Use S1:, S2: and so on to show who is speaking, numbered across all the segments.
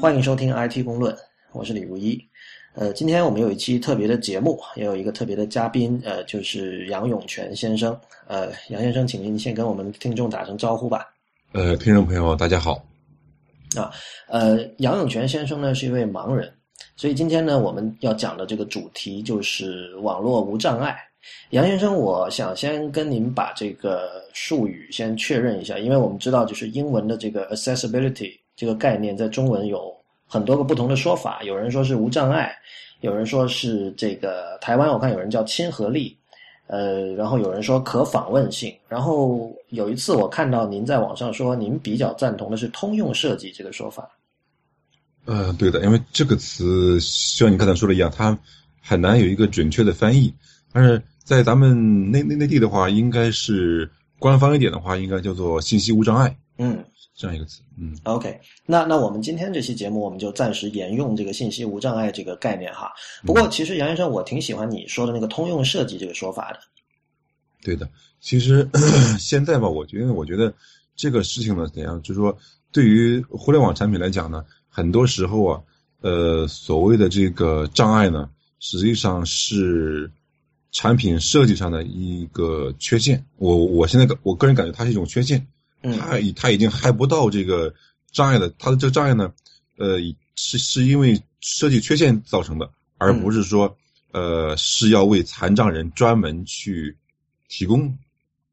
S1: 欢迎收听 IT 公论，我是李如一。呃，今天我们有一期特别的节目，也有一个特别的嘉宾，呃，就是杨永泉先生。呃，杨先生，请您先跟我们听众打声招呼吧。
S2: 呃，听众朋友，大家好。
S1: 啊，呃，杨永泉先生呢是一位盲人，所以今天呢我们要讲的这个主题就是网络无障碍。杨先生，我想先跟您把这个术语先确认一下，因为我们知道就是英文的这个 accessibility 这个概念在中文有很多个不同的说法，有人说是无障碍，有人说是这个台湾我看有人叫亲和力，呃，然后有人说可访问性，然后有一次我看到您在网上说您比较赞同的是通用设计这个说法，
S2: 呃，对的，因为这个词像你刚才说的一样，它很难有一个准确的翻译，但是在咱们内内内地的话，应该是官方一点的话，应该叫做信息无障碍
S1: 嗯。
S2: 这样一个词。嗯，
S1: OK，那那我们今天这期节目，我们就暂时沿用这个信息无障碍这个概念哈。不过，其实杨先生，我挺喜欢你说的那个通用设计这个说法的。
S2: 对的。其实 现在吧，我觉得，我觉得这个事情呢，怎样，就是说，对于互联网产品来讲呢，很多时候啊，呃，所谓的这个障碍呢，实际上是产品设计上的一个缺陷。我我现在感我个人感觉它是一种缺陷。
S1: 嗯
S2: 他已他已经还不到这个障碍的，他的这个障碍呢，呃，以是是因为设计缺陷造成的，而不是说，呃，是要为残障人专门去提供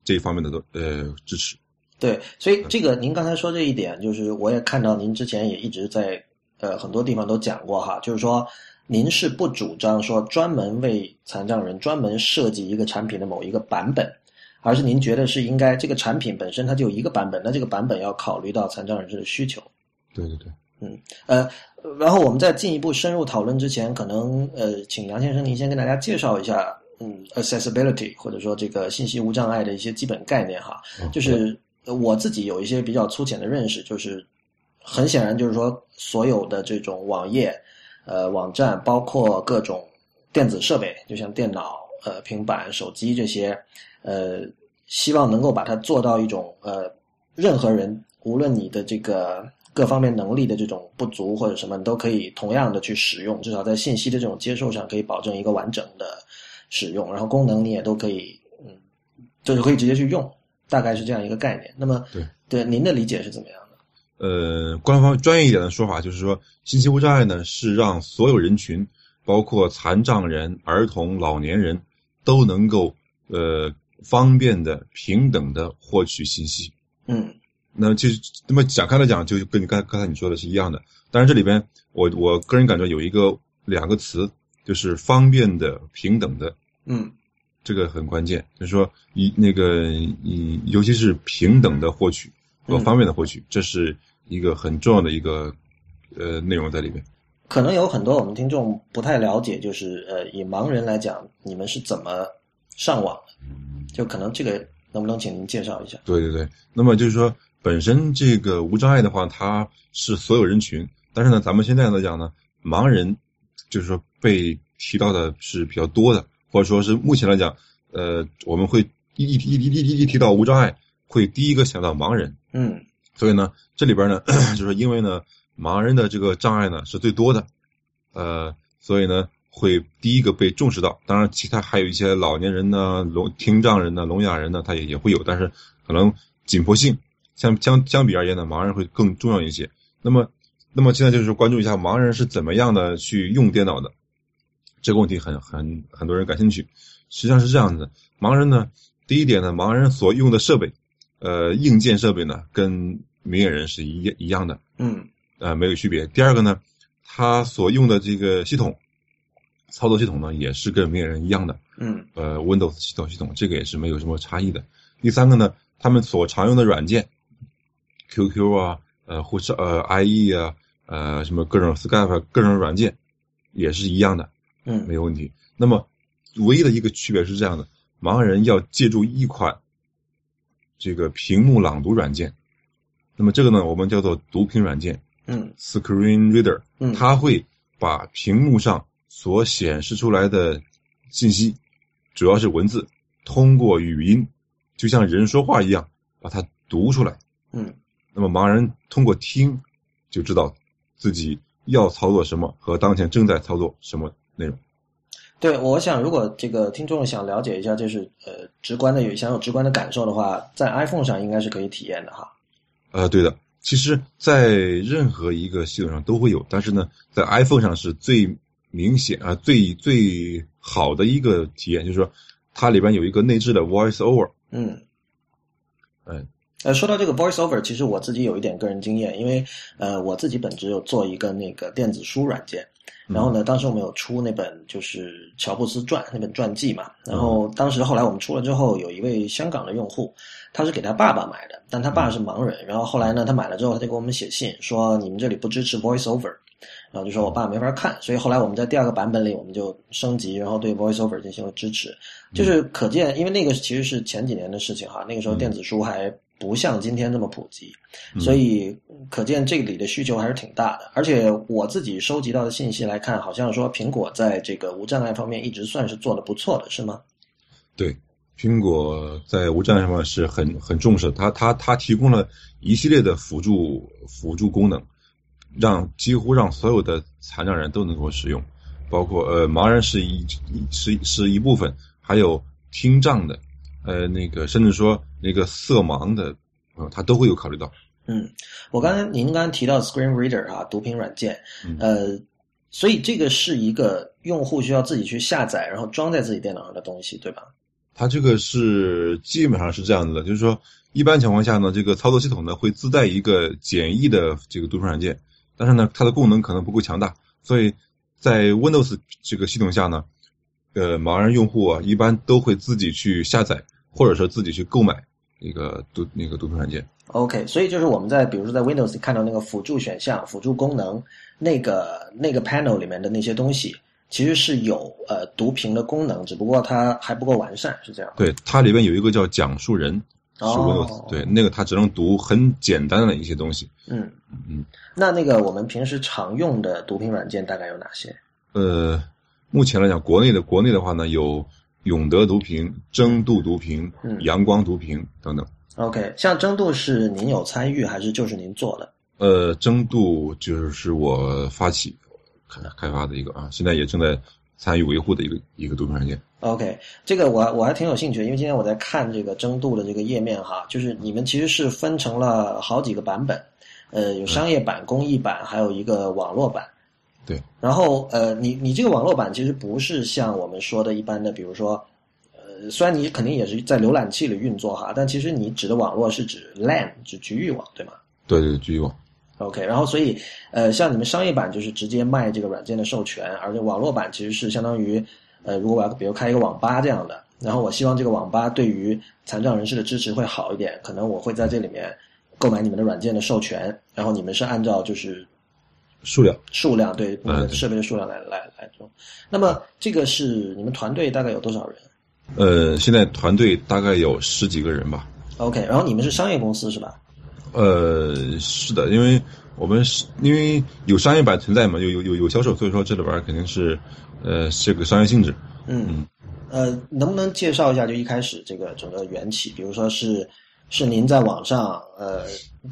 S2: 这一方面的呃支持。
S1: 对，所以这个您刚才说这一点，就是我也看到您之前也一直在呃很多地方都讲过哈，就是说您是不主张说专门为残障人专门设计一个产品的某一个版本，而是您觉得是应该这个产品本身它就一个版本，那这个版本要考虑到残障人士的需求。
S2: 对对对，
S1: 呃，然后我们在进一步深入讨论之前，可能呃，请杨先生您先跟大家介绍一下，嗯，accessibility 或者说这个信息无障碍的一些基本概念哈。
S2: 嗯
S1: 就是呃我自己有一些比较粗浅的认识，就是很显然就是说，所有的这种网页、呃网站，包括各种电子设备，就像电脑、呃平板、手机这些，呃，希望能够把它做到一种呃，任何人无论你的这个各方面能力的这种不足或者什么，你都可以同样的去使用，至少在信息的这种接受上可以保证一个完整的使用，然后功能你也都可以，嗯，就是可以直接去用，大概是这样一个概念。那么，
S2: 对
S1: 对您的理解是怎么样的？
S2: 呃，官方专业一点的说法就是说，信息无障碍呢是让所有人群，包括残障人、儿童、老年人，都能够呃方便的、平等的获取信息。
S1: 嗯
S2: 那其实那么展开来讲，就跟你刚刚才你说的是一样的。但是这里边，我我个人感觉有一个两个词，就是方便的、平等的，
S1: 嗯
S2: 这个很关键。就是说，一那个嗯，尤其是平等的获取和
S1: 嗯
S2: 方便的获取，这是一个很重要的一个呃内容在里边。
S1: 可能有很多我们听众不太了解，就是呃，以盲人来讲，你们是怎么上网的？就可能这个能不能请您介绍一下？
S2: 对对对，那么就是说，本身这个无障碍的话，它是所有人群，但是呢，咱们现在来讲呢，盲人就是说被提到的是比较多的，或者说是目前来讲，呃，我们会一一一一一一提到无障碍，会第一个想到盲人，
S1: 嗯
S2: 所以呢，这里边呢， 就是因为呢，盲人的这个障碍呢是最多的，呃，所以呢会第一个被重视到。当然，其他还有一些老年人呢、聋听障人呢、聋哑人呢，他也也会有，但是可能紧迫性相相相比而言呢，盲人会更重要一些。那么，那么现在就是关注一下盲人是怎么样的去用电脑的，这个问题很很很多人感兴趣。实际上是这样子的，盲人呢，第一点呢，盲人所用的设备，呃，硬件设备呢，跟明眼人是一一样的，
S1: 嗯
S2: 呃，没有区别。第二个呢，他所用的这个系统，操作系统呢，也是跟明眼人一样的，
S1: 嗯
S2: 呃，Windows 系统系统，这个也是没有什么差异的。第三个呢，他们所常用的软件，QQ 啊，呃，或是呃 IE 啊，呃，什么各种 Skype 啊各种软件，也是一样的。没
S1: 嗯
S2: 有问题。那么，唯一的一个区别是这样的：盲人要借助一款这个屏幕朗读软件，那么这个呢，我们叫做读屏软件
S1: 嗯
S2: （Screen Reader），
S1: 嗯
S2: 它会把屏幕上所显示出来的信息，主要是文字，通过语音，就像人说话一样，把它读出来。
S1: 嗯
S2: 那么盲人通过听就知道自己要操作什么和当前正在操作什么内容。
S1: 对，我想如果这个听众想了解一下，就是呃直观的有想有直观的感受的话，在 iPhone 上应该是可以体验的哈。
S2: 呃，对的，其实，在任何一个系统上都会有，但是呢，在 iPhone 上是最明显啊、最最好的一个体验，就是说它里边有一个内置的 Voice Over，
S1: 嗯，
S2: 嗯，
S1: 呃，说到这个 VoiceOver，其实我自己有一点个人经验，因为呃，我自己本职有做一个那个电子书软件，
S2: 嗯
S1: 然后呢，当时我们有出那本就是乔布斯传那本传记嘛，呃然后当时后来我们出了之后，有一位香港的用户，他是给他爸爸买的，但他爸是盲人，然后后来呢，他买了之后，他就给我们写信说你们这里不支持 VoiceOver，然后就说我爸没法看，所以后来我们在第二个版本里我们就升级，然后对 VoiceOver 进行了支持，就是可见，因为那个其实是前几年的事情哈，那个时候电子书还不像今天这么普及，所以可见这里的需求还是挺大的。而且我自己收集到的信息来看，好像说苹果在这个无障碍方面一直算是做的不错的，是吗？
S2: 对，苹果在无障碍上面是很很重视的，它它它提供了一系列的辅助辅助功能，让几乎让所有的残障人都能够使用，包括呃盲人是一一是是一部分，还有听障的，呃那个甚至说那个色盲的，呃，它都会有考虑到。
S1: 嗯，我刚才您刚才提到 Screen Reader 啊，读屏软件
S2: 嗯，
S1: 呃，所以这个是一个用户需要自己去下载，然后装在自己电脑上的东西，对吧？
S2: 它这个是基本上是这样子的，就是说一般情况下呢，这个操作系统呢会自带一个简易的这个读屏软件，但是呢它的功能可能不够强大，所以在 Windows 这个系统下呢，呃，盲人用户啊一般都会自己去下载，或者说自己去购买那个读那个读屏软件。
S1: OK，所以就是我们在比如说在 Windows 里看到那个辅助选项、辅助功能，那个那个 panel 里面的那些东西，其实是有呃读屏的功能，只不过它还不够完善，是这样吗。
S2: 对，它里边有一个叫讲述人，是
S1: 哦
S2: Windows，、对，那个它只能读很简单的一些东西。
S1: 嗯
S2: 嗯，
S1: 那那个我们平时常用的读屏软件大概有哪些？
S2: 呃，目前来讲，国内的国内的话呢，有永德读屏、争渡读屏、
S1: 嗯
S2: 阳光读屏等等。
S1: OK，像争渡是您有参与还是就是您做的？
S2: 呃，争渡就是是我发起开开发的一个啊，现在也正在参与维护的一个一个读屏软件。
S1: OK，这个我我还挺有兴趣，因为今天我在看这个争渡的这个页面哈，就是你们其实是分成了好几个版本，呃，有商业版、公益版，还有一个网络版。
S2: 对。
S1: 然后呃，你你这个网络版其实不是像我们说的一般的，比如说，呃，虽然你肯定也是在浏览器里运作哈，但其实你指的网络是指 LAN，指局域网，对吗？
S2: 对对，继续往。
S1: OK，然后所以呃，像你们商业版就是直接卖这个软件的授权，而且网络版其实是相当于呃，如果我要比如开一个网吧这样的，然后我希望这个网吧对于残障人士的支持会好一点，可能我会在这里面购买你们的软件的授权，然后你们是按照就是
S2: 数量
S1: 数量对你们的
S2: 嗯
S1: 设备的数量来来来做。那么这个是你们团队大概有多少人
S2: 呃，现在团队大概有十几个人吧。
S1: ？OK，然后你们是商业公司是吧？
S2: 呃，是的，因为我们是因为有商业版存在嘛，有有有有销售，所以说这里边儿肯定是呃是个商业性质。
S1: 嗯，呃，能不能介绍一下就一开始这个整个缘起？比如说是是您在网上呃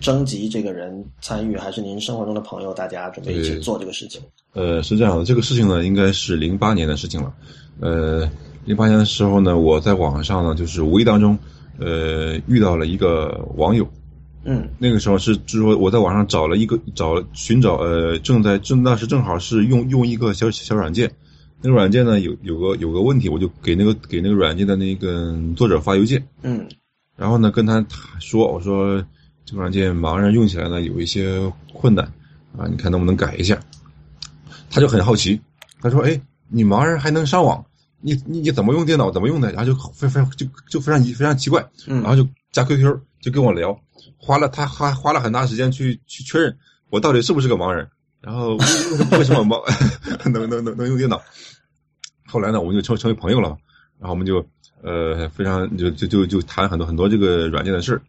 S1: 征集这个人参与，还是您生活中的朋友大家准备一起
S2: 对
S1: 做这个事情？
S2: 呃，是这样的，这个事情呢，应该是零八年的事情了。呃，零八年的时候呢，我在网上呢，就是无意当中，呃，遇到了一个网友。
S1: 嗯
S2: 那个时候是，就是说我在网上找了一个找了寻找，呃，正在正那时正好是用用一个小小软件，那个软件呢有有个有个问题，我就给那个给那个软件的那个作者发邮件，
S1: 嗯
S2: 然后呢，跟他说，我说这个软件盲人用起来呢有一些困难啊，你看能不能改一下？他就很好奇，他说：“哎，你盲人还能上网？你你你怎么用电脑？怎么用的？”然后就非非就就非常非常奇怪，然后
S1: 嗯
S2: 就加 QQ 就跟我聊，花了他花花了很大时间去去确认我到底是不是个盲人，然后为为什么盲 能能能能用电脑？后来呢，我们就成成为朋友了嘛，然后我们就呃非常就就就就谈很多很多这个软件的事儿，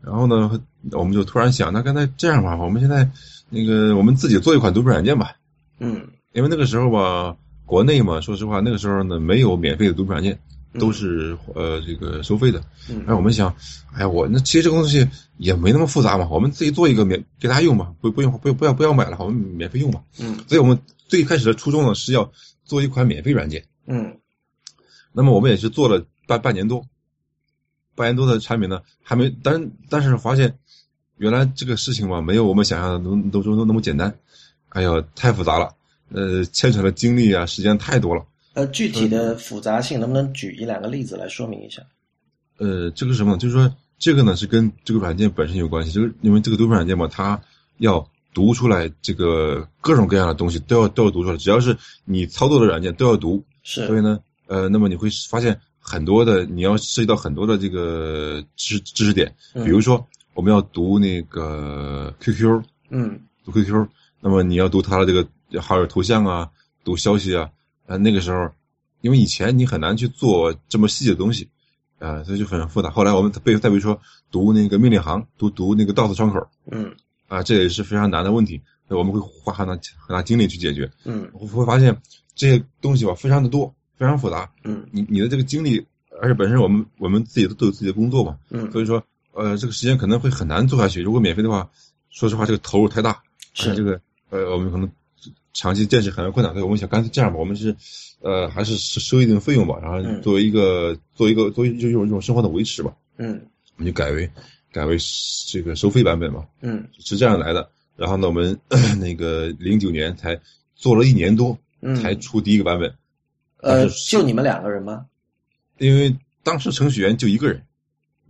S2: 然后呢，我们就突然想，那刚才这样吧，我们现在那个我们自己做一款读书软件吧，
S1: 嗯
S2: 因为那个时候吧，国内嘛，说实话，那个时候呢没有免费的读书软件，都是呃这个收费的。
S1: 嗯
S2: 哎，我们想，哎呀，我那其实这个东西也没那么复杂嘛，我们自己做一个免给大家用嘛，不不用不不要不要买了，我们免费用嘛。
S1: 嗯
S2: 所以我们最开始的初衷呢是要做一款免费软件。
S1: 嗯
S2: 那么我们也是做了半半年多，半年多的产品呢，还没，但但是发现原来这个事情嘛，没有我们想象的那么那么那么简单。哎呀，太复杂了，呃，牵扯的精力啊时间太多了。
S1: 呃，具体的复杂性能不能举一两个例子来说明一下？
S2: 呃，这个是什么呢？就是说这个呢是跟这个软件本身有关系，就是因为这个读盘软件嘛，它要读出来这个各种各样的东西都要都要读出来，只要是你操作的软件都要读，
S1: 是
S2: 所以呢，呃，那么你会发现很多的，你要涉及到很多的这个知知识点，
S1: 嗯
S2: 比如说我们要读那个 QQ，
S1: 嗯
S2: 读 QQ，那么你要读它的这个还有头像啊，读消息啊，啊、那个时候，因为以前你很难去做这么细节的东西，啊、所以就很复杂。后来我们被再比如说读那个命令行，读读那个 DOS 窗口
S1: 嗯
S2: 啊、这也是非常难的问题，我们会花很大很大精力去解决。
S1: 嗯
S2: 我会发现这些东西吧，非常的多，非常复杂。
S1: 嗯
S2: 你你的这个精力，而且本身我们我们自己都都有自己的工作嘛，
S1: 嗯，
S2: 所以说呃这个时间可能会很难做下去。如果免费的话，说实话这个投入太大，而且这
S1: 是
S2: 个呃我们可能长期坚持很困难，所以我们想干脆这样吧，我们是呃还是收收一定费用吧，然后
S1: 嗯
S2: 作为一个作为一个作为一种一种生活的维持吧，
S1: 嗯
S2: 我们就改为改为这个收费版本嘛，
S1: 嗯
S2: 是这样来的。然后呢，我们 那个零九年才做了一年多，
S1: 嗯，
S2: 才出第一个版本。
S1: 呃
S2: 但，是
S1: 就你们两个人吗？
S2: 因为当时程序员就一个人，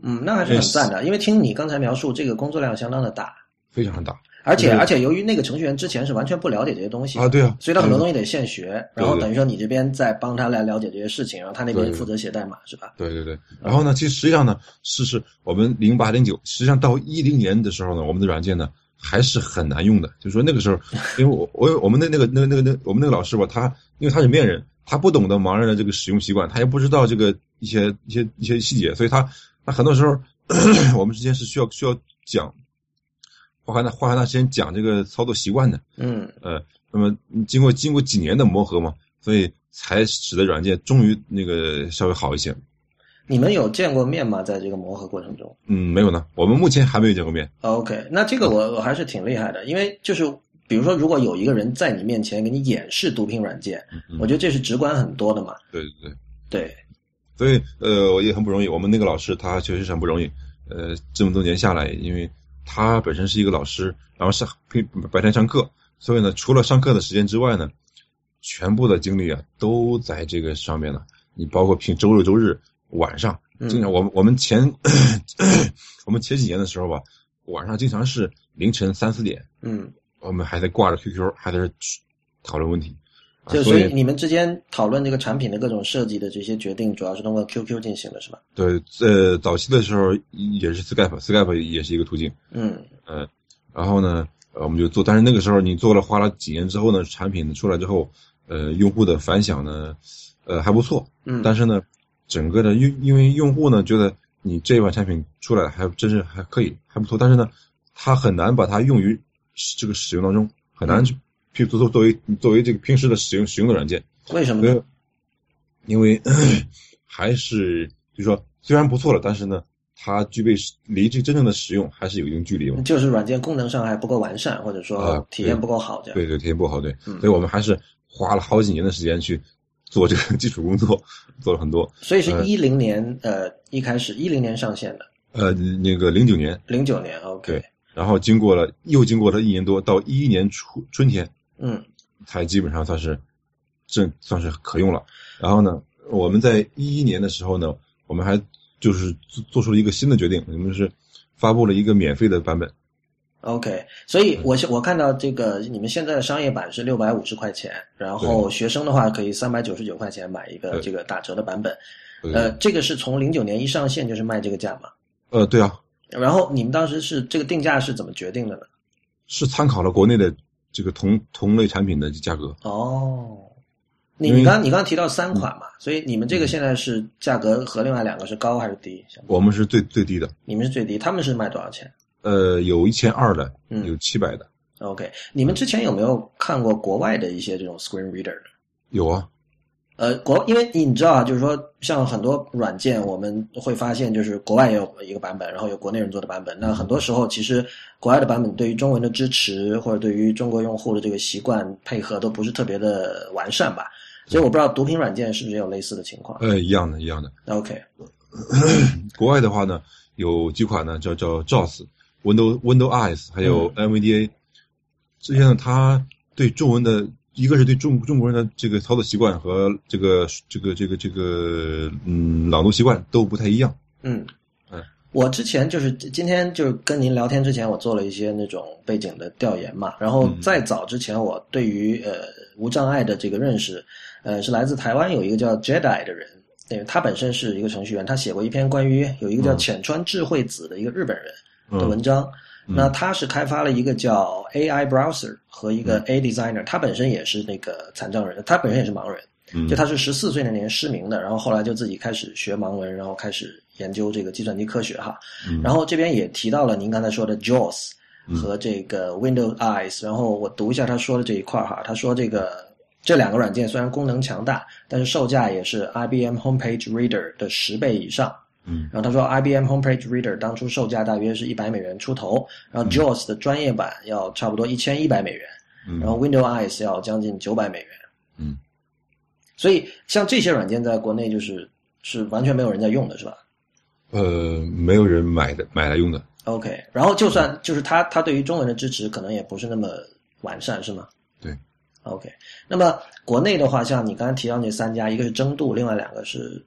S1: 嗯，那还是很赞的，因为听你刚才描述，这个工作量相当的大，
S2: 非常大
S1: 而且
S2: 对
S1: 而且由于那个程序员之前是完全不了解这些东西
S2: 啊，，对啊，
S1: 所以他很多
S2: 嗯
S1: 东西得现学，
S2: 对
S1: 然后等于说你这边再帮他来了解这些事情，然后他那边
S2: 对
S1: 负责写代码是吧？
S2: 对对对。然后呢，其实实际上呢，是是我们零八零九，实际上到一零年的时候呢，我们的软件呢还是很难用的。就是说那个时候，因为我我我们的那个那个那个那个我们那个老师吧，他因为他是面人，他不懂得盲人的这个使用习惯，他也不知道这个一些一些一些细节，所以他那很多时候 我们之间是需要需要讲花很大花很大时间讲这个操作习惯的。
S1: 嗯
S2: 呃，那么经过经过几年的磨合嘛，所以才使得软件终于那个稍微好一些。
S1: 你们有见过面吗？在这个磨合过程中啊
S2: 嗯，没有呢，我们目前还没有见过面。
S1: ，OK，那
S2: 嗯
S1: 这个我我还是挺厉害的，因为就是比如说，如果有一个人在你面前给你演示毒品软件，
S2: 嗯
S1: 我觉得这是直观很多的嘛。
S2: 对对对，
S1: 对，
S2: 所以呃，我也很不容易。我们那个老师他确实很不容易，呃，这么多年下来，因为他本身是一个老师，然后上平白天上课，所以呢，除了上课的时间之外呢，全部的精力啊都在这个上面了。你包括平周六周日晚上，
S1: 嗯
S2: 经常我们我们前 我们前几年的时候吧，晚上经常是凌晨三四点，
S1: 嗯，
S2: 我们还在挂着 QQ，还在这讨论问题。啊
S1: 就
S2: 所
S1: 所以你们之间讨论这个产品的各种设计的这些决定，主要是通过 QQ 进行的，是吧？
S2: 对，呃，早期的时候也是 Skype，Skype 也是一个途径。
S1: 嗯
S2: 然后呢，呃，我们就做，但是那个时候你做了，花了几年之后呢，产品出来之后，呃，用户的反响呢，呃，还不错。
S1: 嗯，
S2: 但是呢，整个的因因为用户呢觉得你这款产品出来还真是还可以，还不错，但是呢，他很难把它用于使这个使用当中，很难去，譬如作作为作为这个平时的使用使用的软件，
S1: 为什么
S2: 没
S1: 呢？
S2: 有，因为 还是就是说虽然不错了，但是呢，它具备使离这真正的使用还是有一定距离嘛。
S1: 就是软件功能上还不够完善，或者
S2: 啊
S1: 说
S2: 对
S1: 体验不够好，这样。
S2: 对对，体验不好，对，
S1: 嗯
S2: 所以我们还是花了好几年的时间去做这个 基础工作，做了很多。
S1: 所以是一零年，呃，一开始一零年上线的，
S2: 呃，那个零九年，
S1: 零九年，OK，
S2: 对然后经过了又经过了一年多，到一一年初春天
S1: 嗯
S2: 才基本上算是正算是可用了。然后呢，我们在一一年的时候呢，我们还就是做做出了一个新的决定，我们是发布了一个免费的版本。
S1: ，OK，所
S2: 嗯
S1: 以我是我看到这个你们现在的商业版是六百五十块钱，然后学生的话可以三百九十九块钱买一个
S2: 对
S1: 这个打折的版本，呃，
S2: 呃
S1: 这个是从零九年一上线就是卖这个价嘛，
S2: 呃，对啊，
S1: 然后你们当时是这个定价是怎么决定的呢？
S2: 是参考了国内的这个同同类产品的价格。
S1: 哦，你
S2: 因为嗯
S1: 你刚你刚提到三款嘛，所以你们这个现在是价格和另外两个是高还是低？
S2: 我们是最最低的，
S1: 你们是最低，他们是卖多少钱？
S2: 呃，有一千二的，
S1: 嗯
S2: 有七百的，
S1: OK，你们之前有没有看过国外的一些这种 screen reader？
S2: 有啊，
S1: 呃，国因为你知道啊，就是说，像很多软件，我们会发现，就是国外也有一个版本，然后有国内人做的版本。那很多时候，其实国外的版本对于中文的支持，或者对于中国用户的这个习惯配合，都不是特别的完善吧。所以我不知道毒品软件是不是也有类似的情况。
S2: 呃，一样的，一样的。
S1: OK，
S2: 国外的话呢，有几款呢，叫叫 JAWS、Window Window Eyes，还有
S1: 嗯
S2: NVDA。这些呢，它对中文的，一个是对中中国人的这个操作习惯和这个这个这个这个嗯朗读习惯都不太一样。
S1: 嗯
S2: 嗯，
S1: 我之前就是今天就是跟您聊天之前，我做了一些那种背景的调研嘛。然
S2: 嗯
S1: 后再早之前，我对于呃无障碍的这个认识，呃是来自台湾有一个叫 Jedi 的人，对他本身是一个程序员，他写过一篇关于有一个叫
S2: 嗯
S1: 浅川智慧子的一个日本人的文
S2: 嗯
S1: 章。
S2: 嗯
S1: 那他是开发了一个叫 AI Browser 和一
S2: 嗯
S1: 个 A Designer，、他本身也是那个残障人，他本身也是盲人。
S2: 嗯，
S1: 就他是十四岁那年失明的，然后后来就自己开始学盲文，然后开始研究这个计算机科学哈。
S2: 嗯
S1: 然后这边也提到了您刚才说的 JAWS
S2: 嗯
S1: 和这个 Windows Eyes，然后我读一下他说的这一块儿哈，他说这个这两个软件虽然功能强大，但是售价也是 IBM Homepage Reader 的十倍以上。
S2: 嗯
S1: 然后他说，IBM Homepage Reader 当初售价大约是一百美元出头，然后 JAWS 的专业版要差不多一千一百美元，
S2: 嗯，
S1: 然后 Windows Eyes 要将近九百美元。
S2: 嗯，
S1: 所以像这些软件在国内就是是完全没有人在用的，是吧
S2: 呃，没有人买的买来用的。
S1: ？OK，然后就算就是它它对于中文的支持可能也不是那么完善，是吗？
S2: 对。
S1: OK，那么国内的话，像你刚才提到那三家，一个是争渡，另外两个是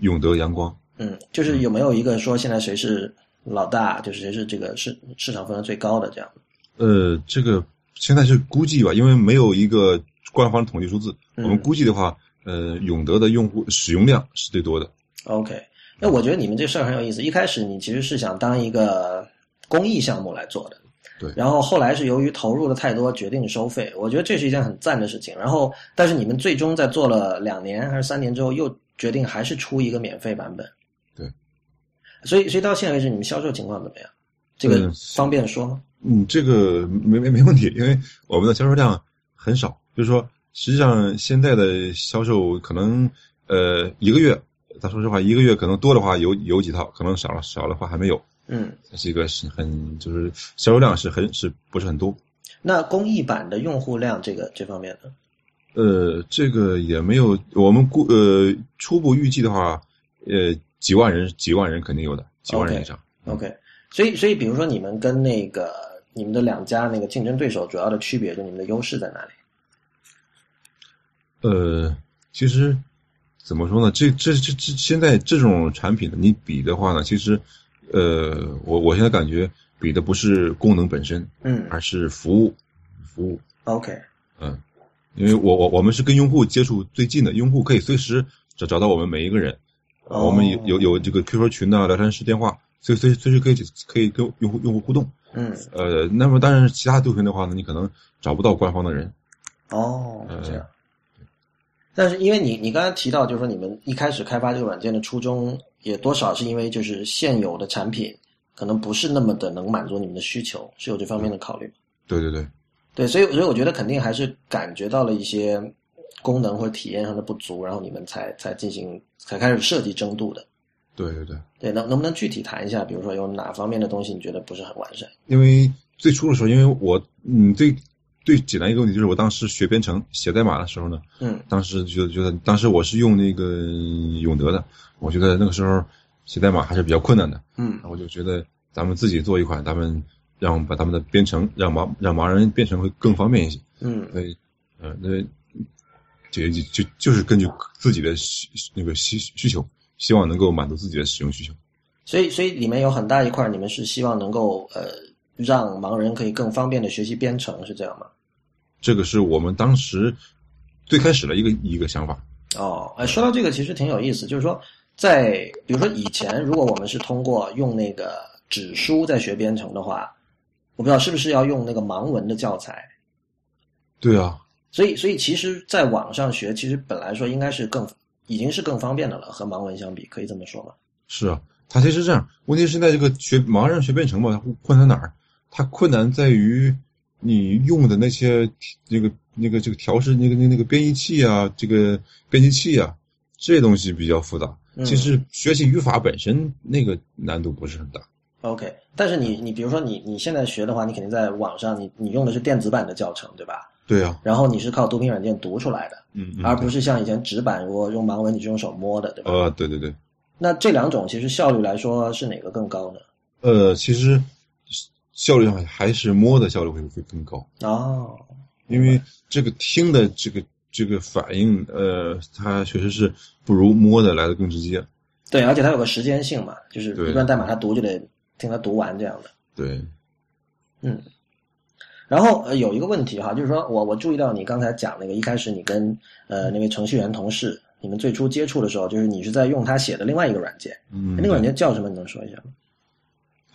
S2: 永德阳光，
S1: 嗯，就是有没有一个说现在谁是老大，就是谁是这个市市场份额最高的这样？
S2: 呃，这个现在是估计吧，因为没有一个官方统计数字，
S1: 嗯
S2: 我们估计的话，呃，永德的用户使用量是最多的。
S1: OK，那我觉得你们这事儿很有意思。一开始你其实是想当一个公益项目来做的，
S2: 对
S1: 然后后来是由于投入的太多，决定收费。我觉得这是一件很赞的事情。然后，但是你们最终在做了两年还是三年之后，又决定还是出一个免费版本。
S2: 对。
S1: 所以，所以到现在为止，你们销售情况怎么样？这个
S2: 嗯
S1: 方便说吗？
S2: 嗯，这个没没没问题，因为我们的销售量很少，就是说，实际上现在的销售可能呃一个月，咱说实话，一个月可能多的话有有几套，可能少了少的话还没有。
S1: 嗯，
S2: 这是一个是很就是销售量是很是不是很多？
S1: 那公益版的用户量这个这方面呢？
S2: 呃，这个也没有，我们估呃初步预计的话，呃几万人几万人肯定有的，几万人以上。
S1: OK，所以所以比如说你们跟那个你们的两家那个竞争对手主要的区别，就你们的优势在哪里？
S2: 呃，其实怎么说呢？这这这这现在这种产品呢，你比的话呢，其实呃，我我现在感觉比的不是功能本身，
S1: 嗯
S2: 而是服务服务。
S1: ，OK，
S2: 嗯，因为我我我们是跟用户接触最近的，用户可以随时找找到我们每一个人。啊
S1: 哦
S2: 我们有有有这个 QQ 群呐、聊天室电话，随随随时可以可以跟用户用户互动。
S1: 嗯，
S2: 呃，那么当然，其他队群的话呢，你可能找不到官方的人。
S1: 哦，
S2: 嗯
S1: 这样。但是因为你你刚才提到，就是说你们一开始开发这个软件的初衷，也多少是因为就是现有的产品可能不是那么的能满足你们的需求，是有这方面的考虑吗？
S2: 对对对，
S1: 对，所以所以我觉得肯定还是感觉到了一些功能或者体验上的不足，然后你们才才进行才开始设计争度的。
S2: 对对对。
S1: 对，能能不能具体谈一下？比如说有哪方面的东西你觉得不是很完善？
S2: 因为最初的时候，因为我嗯最最简单一个问题就是我当时学编程写代码的时候呢，
S1: 嗯
S2: 当时就觉得当时我是用那个永德的，我觉得那个时候写代码还是比较困难的，
S1: 嗯
S2: 那我就觉得咱们自己做一款，咱们让把咱们的编程让盲让盲人编程会更方便一些，
S1: 嗯
S2: 所以呃那就就就就是根据自己的需那个需需求，希望能够满足自己的使用需求。
S1: 所以所以里面有很大一块儿，你们是希望能够呃让盲人可以更方便的学习编程，是这样吗？
S2: 这个是我们当时最开始的一个一个想法。
S1: 哦，哎，说到这个其实挺有意思，就是说在比如说以前，如果我们是通过用那个纸书在学编程的话，我不知道是不是要用那个盲文的教材。
S2: 对啊，
S1: 所以所以其实在网上学，其实本来说应该是更已经是更方便的了，和盲文相比，可以这么说吗？
S2: 是啊，它其实是这样。问题是在这个学盲人学编程吧，它困难在哪儿？它困难在于你用的那些那个那个这个调试那个那个那个编译器啊，这个编辑器啊，这东西比较复杂。
S1: 嗯
S2: 其实学习语法本身那个难度不是很大，
S1: OK，但是你你比如说你你现在学的话，你肯定在网上，你你用的是电子版的教程，对吧？
S2: 对啊，
S1: 然后你是靠读屏软件读出来的，
S2: 嗯嗯，
S1: 而不是像以前纸板，我用盲文你是用手摸的，对吧？
S2: 呃，对对对，
S1: 那这两种其实效率来说是哪个更高呢？
S2: 呃，其实效率上还是摸的效率会会更高。
S1: 哦，
S2: 因为这个听的这个这个反应，呃，它确实是不如摸的来的更直接。
S1: 对，而且它有个时间性嘛，就是
S2: 对
S1: 一段代码它读就得听它读完这样的。
S2: 对，
S1: 然后呃有一个问题哈，就是说我我注意到你刚才讲那个，一开始你跟呃那位程序员同事，你们最初接触的时候，就是你是在用他写的另外一个软件，
S2: 嗯
S1: 那，个软件叫什么？你能说一下吗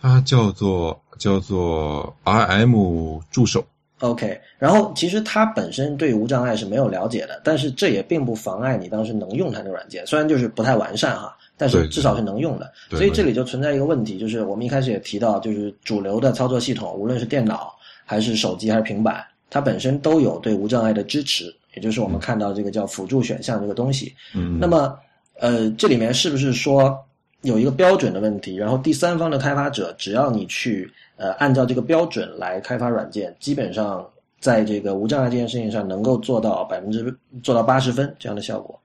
S2: 它叫做叫做 RM 助手。
S1: ？OK，然后其实他本身对无障碍是没有了解的，但是这也并不妨碍你当时能用他那个软件，虽然就是不太完善哈，但是
S2: 对
S1: 至少是能用的。
S2: 对
S1: 所以这里就存在一个问题，就是我们一开始也提到，就是主流的操作系统，无论是电脑还是手机还是平板，它本身都有对无障碍的支持，也就是我们看到这个叫辅助选项这个东西。
S2: 嗯，
S1: 那么，呃，这里面是不是说有一个标准的问题？然后第三方的开发者，只要你去呃按照这个标准来开发软件，基本上在这个无障碍这件事情上能够做到百分之做到八十分这样的效果。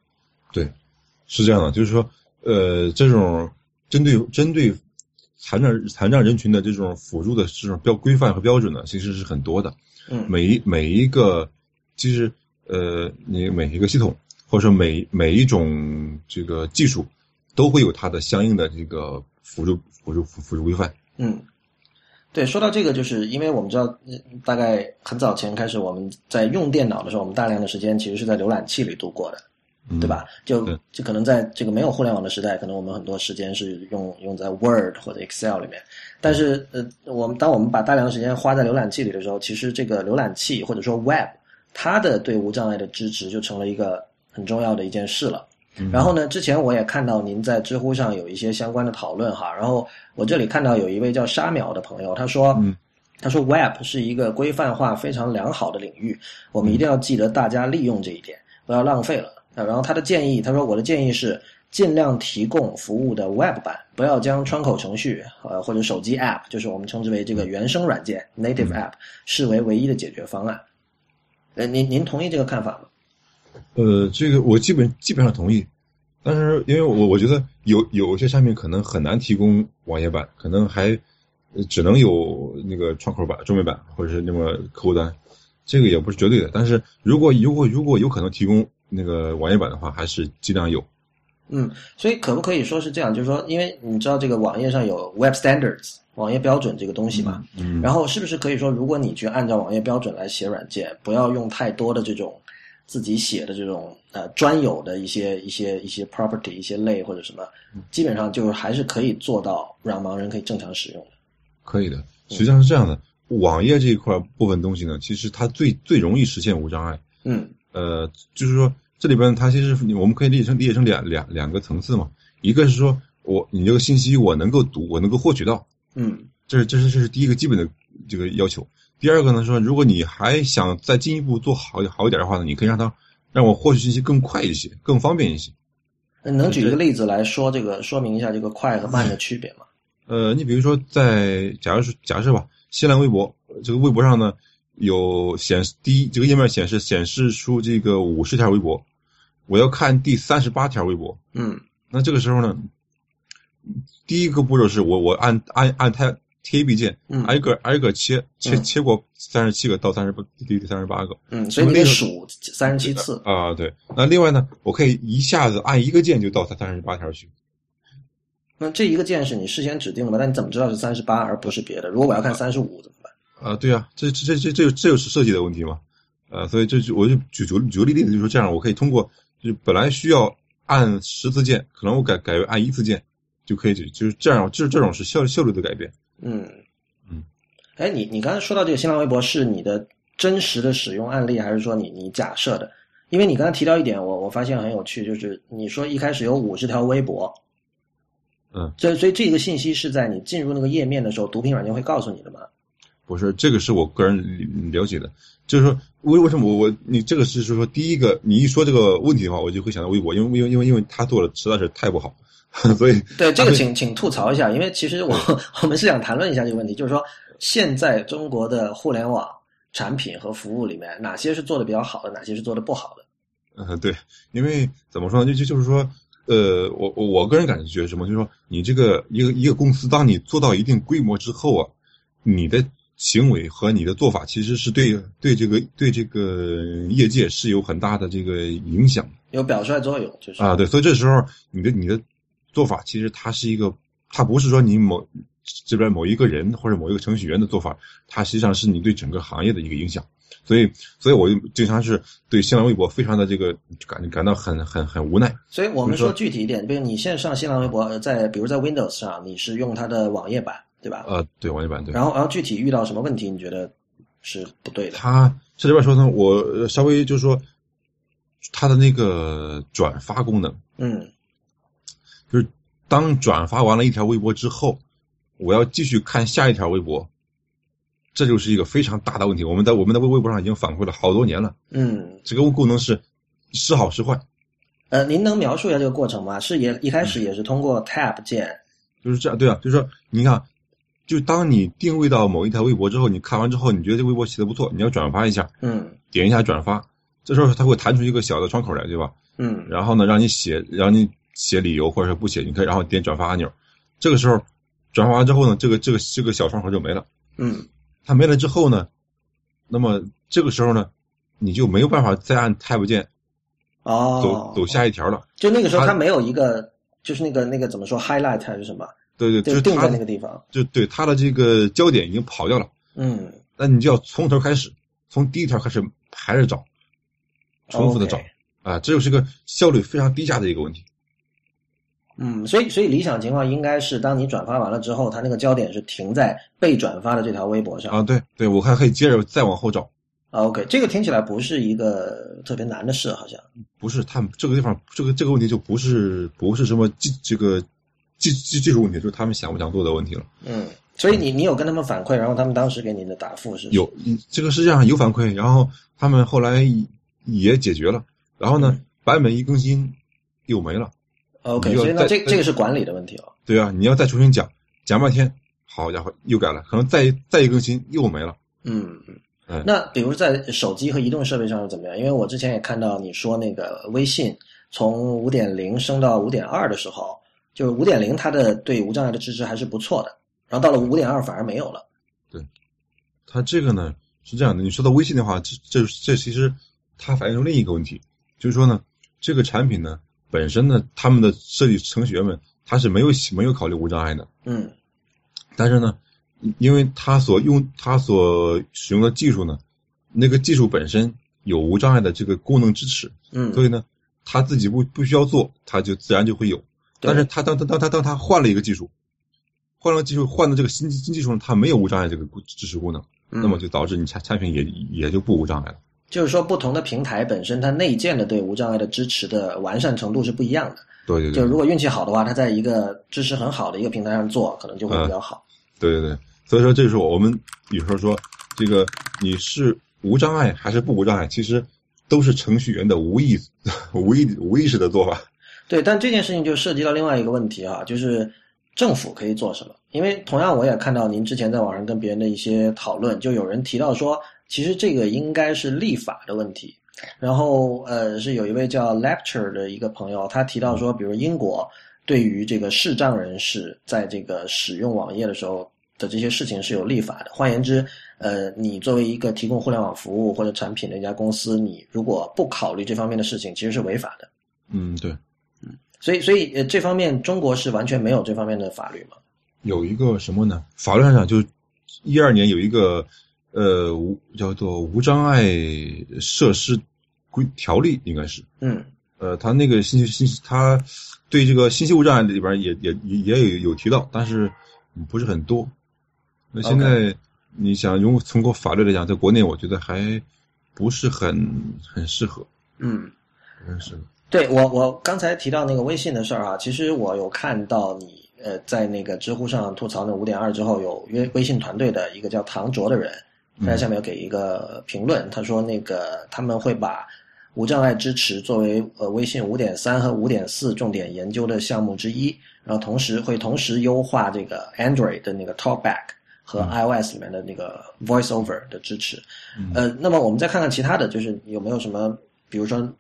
S2: 对，是这样的，就是说，呃，这种针对针对残障残障人群的这种辅助的这种标规范和标准呢，其实是很多的。
S1: 嗯
S2: 每一每一个，其实呃，你每一个系统或者说每每一种这个技术，都会有它的相应的这个辅助辅助辅辅助规范。
S1: 嗯。对，说到这个，就是因为我们知道，呃大概很早前开始，我们在用电脑的时候，我们大量的时间其实是在浏览器里度过的。
S2: 嗯
S1: 对吧？？就
S2: 对
S1: 就可能在这个没有互联网的时代，可能我们很多时间是用用在 Word 或者 Excel 里面。但是
S2: 嗯
S1: 呃，我们当我们把大量的时间花在浏览器里的时候，其实这个浏览器或者说 Web 它的对无障碍的支持就成了一个很重要的一件事了。
S2: 嗯
S1: 然后呢，之前我也看到您在知乎上有一些相关的讨论哈。然后我这里看到有一位叫沙淼的朋友，他说，
S2: 嗯
S1: 他说 Web 是一个规范化非常良好的领域，我们一定
S2: 嗯
S1: 要记得大家利用这一点，不要浪费了。啊然后他的建议，他说我的建议是尽量提供服务的 Web 版，不要将窗口程序呃或者手机 App，就是我们称之为这个原生软件 native app，视为唯一的解决方案。呃，您您同意这个看法吗？
S2: 呃，这个我基本基本上同意，但是因为我我觉得有有一些产品可能很难提供网页版，可能还呃只能有那个窗口版、中文版或者是那么客户端，这个也不是绝对的。但是如果如果如果有可能提供那个网页版的话，还是尽量有。
S1: 嗯，所以可不可以说是这样？就是说，因为你知道这个网页上有 Web Standards 网页标准这个东西嘛，
S2: 嗯
S1: 然后是不是可以说，如果你去按照网页标准来写软件，不要用太多的这种自己写的这种呃专有的一些一些一些 property 一些类或者什么，基本上就是还是可以做到让盲人可以正常使用的。
S2: 可以的，实际上是这样的，网页这一块部分东西呢，其实它最最容易实现无障碍。
S1: 嗯
S2: 呃，就是说这里边它其实我们可以理解成理解成两两两个层次嘛，一个是说我你这个信息我能够读，我能够获取到，
S1: 嗯
S2: 这是这是这是第一个基本的这个要求。第二个呢，说如果你还想再进一步做好好一点的话呢，你可以让它让我获取信息更快一些，更方便一些。
S1: 那你能举一个例子来说这个说明一下这个快和慢的区别吗？
S2: 呃，你比如说在假如是假设吧，新浪微博呃这个微博上呢有显示第一这个页面显示显示出这个五十条微博，我要看第三十八条微博，
S1: 嗯
S2: 那这个时候呢，第一个步骤是我我按按按它贴 B 键，
S1: 嗯
S2: 挨个挨个切切
S1: 嗯
S2: 切过三十七个到三十八第三十八个
S1: 嗯，所以你得数三十七次。
S2: 啊、对。那另外呢，我可以一下子按一个键就到它三十八条去。
S1: 那这一个键是你事先指定的吧？但你怎么知道是三十八而不是别的？如果我要看三十五怎么办？
S2: 啊，对啊，这这这这这就是设计的问题嘛，呃，所以这就我就举举举个例子，就是说这样，我可以通过就是本来需要按十次键，可能我改改为按一次键就可以解决，就是这样，就是这种是效效率的改变。
S1: 嗯
S2: 嗯，
S1: 哎，你你刚才说到这个新浪微博是你的真实的使用案例，还是说你你假设的？因为你刚才提到一点，我我发现很有趣，就是你说一开始有五十条微博，
S2: 嗯，
S1: 所以所以这个信息是在你进入那个页面的时候，读屏软件会告诉你的吗？
S2: 不是，这个是我个人了解的，就是说为为什么我我你这个是就是说第一个你一说这个问题的话，我就会想到微博，因为因为因为因为他做的实在是太不好， 所以
S1: 对这个请请吐槽一下，因为其实我 我们是想谈论一下这个问题，就是说现在中国的互联网产品和服务里面，哪些是做的比较好的，哪些是做的不好的？
S2: 嗯，对，因为怎么说呢？就就就是说，呃，我我我个人感觉什么？就是说，你这个一个一个公司，当你做到一定规模之后啊，你的行为和你的做法，其实是对对这个对这个业界是有很大的这个影响
S1: 有表率作用，就是
S2: 啊。对，所以这时候你的你的做法，其实它是一个，它不是说你某这边某一个人或者某一个程序员的做法，它实际上是你对整个行业的一个影响。所以，所以我就经常是对新浪微博非常的这个感感到很很很无奈。
S1: 所以我们说具体一点，比如你线上新浪微博，呃在比如在 Windows 上，你是用它的网页版，对吧？
S2: 呃，对王一版对。
S1: 然后，然后具体遇到什么问题，你觉得是不对的？
S2: 他这里边说呢，我呃稍微就是说，他的那个转发功能，
S1: 嗯，
S2: 就是当转发完了一条微博之后，我要继续看下一条微博，这就是一个非常大的问题。我们在我们的微微博上已经反馈了好多年了，
S1: 嗯，
S2: 这个功能是时好时坏，
S1: 呃，您能描述一下这个过程吗？是也一开始也是通过 Tab 键，
S2: 就是这样，对啊，就是说，你看，就当你定位到某一条微博之后，你看完之后，你觉得这微博写的不错，你要转发一下，
S1: 嗯
S2: 点一下转发，这时候它会弹出一个小的窗口来，对吧？
S1: 嗯，
S2: 然后呢，让你写，让你写理由或者是不写，你可以然后点转发按钮。这个时候，转发完之后呢，这个这个这个小窗口就没了。
S1: 嗯，
S2: 它没了之后呢，那么这个时候呢，你就没有办法再按 Tab 键
S1: 哦，
S2: 走走下一条了。
S1: 就那个时候
S2: 它
S1: 它没有一个，就是那个那个怎么说 highlight 还是什么，
S2: 对对，就
S1: 就是定
S2: 它
S1: 在那个地方，
S2: 就对它的这个焦点已经跑掉了。
S1: 嗯，
S2: 那你就要从头开始，从第一条开始还是找，重复的找
S1: OK
S2: 啊，这就是个效率非常低下的一个问题。
S1: 嗯，所以所以理想情况应该是，当你转发完了之后，它那个焦点是停在被转发的这条微博上。
S2: 啊，对对，我还可以接着再往后找，
S1: 啊 OK，这个听起来不是一个特别难的事，好像。
S2: 不是他们这个地方这个这个问题就不是不是什么技这个技技技术问题，就是他们想不想做的问题了。
S1: 嗯，所以你你有跟他们反馈，然后他们当时给你的答复是？
S2: 有嗯这个世界上有反馈，然后他们后来也解决了，然后呢
S1: 嗯
S2: 版本一更新又没了，
S1: OK，
S2: 你就
S1: 所以那
S2: 在
S1: 这
S2: 在
S1: 这个是管理的问题哦了。
S2: 对啊，你要再重新讲讲半天，好家伙又改了，可能再再一更新又没了。
S1: 嗯
S2: 嗯，
S1: 那比如在手机和移动设备上是怎么样？因为我之前也看到你说那个微信从五点零升到五点二的时候，就是五点零它的对无障碍的支持还是不错的，然后到了五点二反而没有了。
S2: 它这个呢是这样的，你说到微信的话，这这这其实它反映出另一个问题，就是说呢，这个产品呢本身呢，他们的设计程序员们他是没有没有考虑无障碍的，
S1: 嗯
S2: 但是呢，因为他所用他所使用的技术呢，那个技术本身有无障碍的这个功能支持，
S1: 嗯，
S2: 所以呢，他自己不不需要做，他就自然就会有。
S1: 对
S2: 但是他当当当他当他换了一个技术，换了技术换了这个新新技术呢，它没有无障碍这个支持功能。
S1: 嗯
S2: 那么就导致你产产品也也就不无障碍了。
S1: 就是说不同的平台本身它内建的对无障碍的支持的完善程度是不一样的。
S2: 对对
S1: 就
S2: 对
S1: 如果运气好的话，它在一个支持很好的一个平台上做，可能就会比较好。
S2: 对对对，所以说这是我们有时候说这个你是无障碍还是不无障碍，其实都是程序员的无意无意无意识的做法。
S1: 对，但这件事情就涉及到另外一个问题哈、就是政府可以做什么？因为同样我也看到您之前在网上跟别人的一些讨论，就有人提到说，其实这个应该是立法的问题。然后呃，是有一位叫 Lecture 的一个朋友，他提到说，比如英国对于这个视障人士在这个使用网页的时候的这些事情是有立法的。换言之，呃，你作为一个提供互联网服务或者产品的一家公司，你如果不考虑这方面的事情，其实是违法的。
S2: 嗯，对，
S1: 所以，所以呃，这方面中国是完全没有这方面的法律嘛？
S2: 有一个什么呢？法律上讲，就一二年有一个呃无叫做无障碍设施规条例，应该是
S1: 嗯
S2: 呃，他那个信息信息，他对这个信息无障碍里边也也也也有有提到，但是嗯不是很多。那现在你想用通过法律来讲，在国内我觉得还不是很很适合，
S1: 嗯，
S2: 不是很适合。
S1: 对我我刚才提到那个微信的事儿啊，其实我有看到你呃，在那个知乎上吐槽那五点二之后，有微微信团队的一个叫唐卓的人，他在下面有给一个评论，他说那个他们会把无障碍支持作为呃微信五点三和五点四重点研究的项目之一，然后同时会同时优化这个 Android 的那个 Talkback 和 iOS 里面的那个 VoiceOver 的支持。
S2: 嗯
S1: 呃，那么我们再看看其他的，就是有没有什么，比如说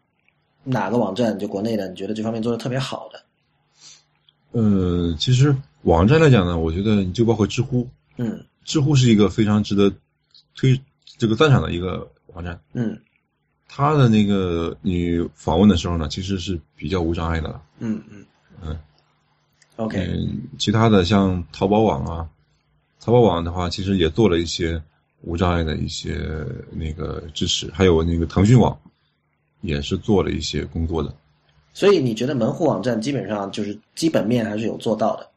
S1: 哪个网站就国内的，你觉得这方面做的特别好的？
S2: 呃，其实网站来讲呢，我觉得你就包括知乎，
S1: 嗯
S2: 知乎是一个非常值得推这个赞赏的一个网站。
S1: 嗯
S2: 它的那个你访问的时候呢，其实是比较无障碍的了。
S1: 嗯嗯
S2: 嗯
S1: ，OK，
S2: 嗯，其他的像淘宝网啊，淘宝网的话，其实也做了一些无障碍的一些那个支持，还有那个腾讯网也是做了一些工作的
S1: 所以你觉得门户网站基本上就是基本面还是有做到的？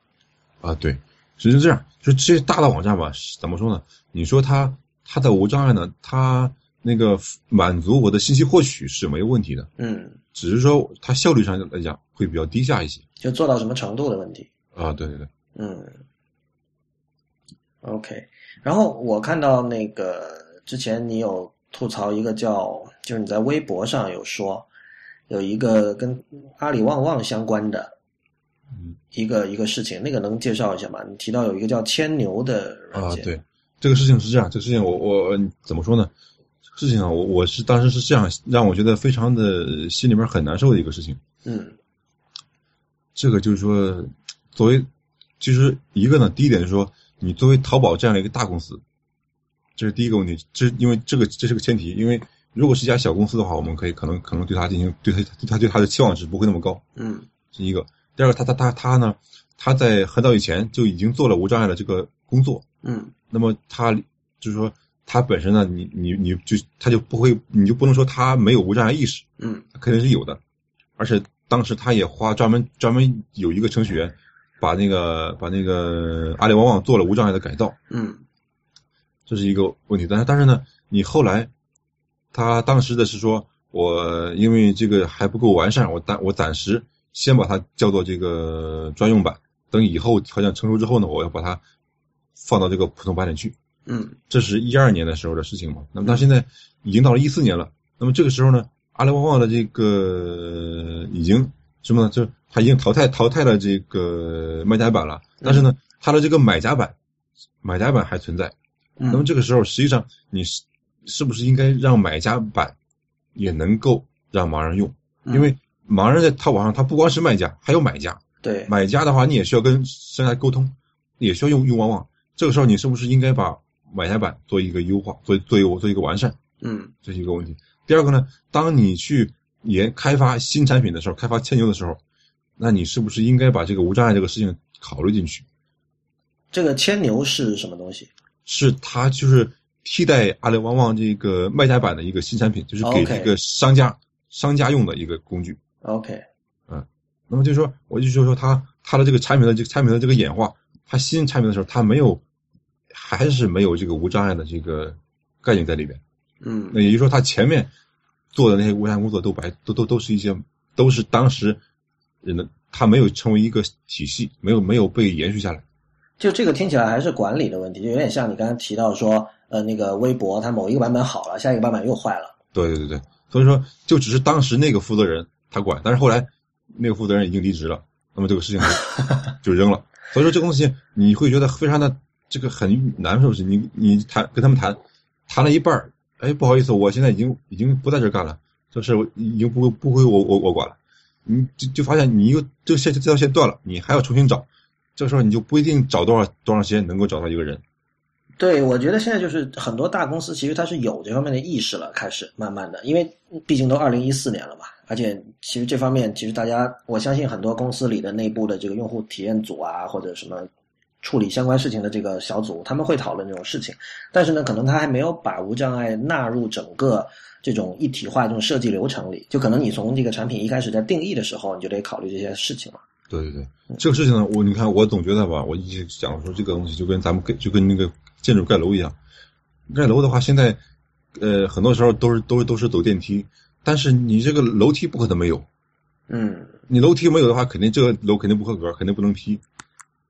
S2: 啊。对，实际上这样，就这些大的网站吧，是怎么说呢？你说它它的无障碍呢，它那个满足我的信息获取是没有问题的，
S1: 嗯，
S2: 只是说它效率上来讲会比较低下一些
S1: 就做到什么程度的问题？
S2: 啊。对对对，
S1: 嗯，OK。然后我看到那个之前你有吐槽一个叫，就是你在微博上有说有一个跟阿里旺旺相关的
S2: 嗯
S1: 一个一个事情，那个能介绍一下吗？你提到有一个叫牵牛的软
S2: 啊，
S1: 件，
S2: 对，这个事情是这样，这个事情我我嗯怎么说呢？这个事情啊，我我是当时是这样，让我觉得非常的心里面很难受的一个事情。
S1: 嗯
S2: 这个就是说，作为其实一个呢，第一点就是说，你作为淘宝这样的一个大公司，这是第一个问题。这是因为这个这是个前提，因为如果是一家小公司的话，我们可以可能可能对它进行对它对它对它的期望值不会那么高，
S1: 嗯
S2: 是一个。第二个，它它它它呢，它在很早以前就已经做了无障碍的这个工作，
S1: 嗯
S2: 那么它就是说它本身呢，你你你就它就不会，你就不能说它没有无障碍意识，
S1: 嗯
S2: 它肯定是有的。而且当时他也花专门专门有一个程序员，把那个把那个阿里旺旺做了无障碍的改造，
S1: 嗯
S2: 这是一个问题。但是但是呢，你后来他当时的是说我因为这个还不够完善，我暂我暂时先把它叫做这个专用版，等以后条件成熟之后呢，我要把它放到这个普通版里去。
S1: 嗯
S2: 这是一二年的时候的事情嘛。那么到现在已经到了一四年了，那么这个时候呢，阿里旺旺的这个已经什么呢？就是它已经淘汰淘汰了这个卖家版了，但是呢，它的这个买家版，买家版还存在。
S1: 嗯，
S2: 那么这个时候，实际上你是是不是应该让买家版也能够让盲人用？
S1: 嗯
S2: 因为盲人在淘宝上，他不光是卖家，还有买家。
S1: 对，
S2: 买家的话，你也需要跟商家沟通，也需要用用旺旺。这个时候，你是不是应该把买家版做一个优化，做做一个做一个完善，
S1: 嗯
S2: 这是一个问题。第二个呢，当你去研开发新产品的时候，开发牵牛的时候，那你是不是应该把这个无障碍这个事情考虑进去？
S1: 这个牵牛是什么东西？
S2: 是它就是替代阿里旺旺这个卖家版的一个新产品，就是给
S1: OK
S2: 这个商家商家用的一个工具。
S1: OK，
S2: 那么就是说，我就说说它它的这个产品的这个产品的这个演化，它新产品的时候，它没有，还是没有这个无障碍的这个概念在里边。
S1: 嗯
S2: 那也就是说，它前面做的那些无障碍工作都白都都都是一些都是当时人的，它没有成为一个体系，没有没有被延续下来。
S1: 就这个听起来还是管理的问题，就有点像你刚才提到说，呃，那个微博它某一个版本好了，下一个版本又坏了。
S2: 对对对对，所以说就只是当时那个负责人他管，但是后来那个负责人已经离职了，那么这个事情就就扔了。所以说这个东西你会觉得非常的这个很难受，是你你谈跟他们谈，谈了一半儿，哎，不好意思，我现在已经已经不在这儿干了，这事儿我已经不不归我我我管了。你就就发现你又这线这条线断了，你还要重新找，这时候你就不一定找多少多长时间能够找到一个人。
S1: 对，我觉得现在就是很多大公司其实它是有这方面的意识了，开始慢慢的，因为毕竟都二零一四年了嘛，而且其实这方面其实大家，我相信很多公司里的内部的这个用户体验组啊，或者什么处理相关事情的这个小组，他们会讨论这种事情，但是呢，可能他还没有把无障碍纳入整个这种一体化这种设计流程里，就可能你从这个产品一开始在定义的时候，你就得考虑这些事情了。
S2: 对对对，这个事情呢，我你看，我总觉得吧，我一直讲说这个东西就跟咱们跟就跟那个建筑盖楼一样，盖楼的话，现在呃很多时候都是都是都是走电梯，但是你这个楼梯不可能没有，
S1: 嗯
S2: 你楼梯没有的话，肯定这个楼肯定不合格，肯定不能批。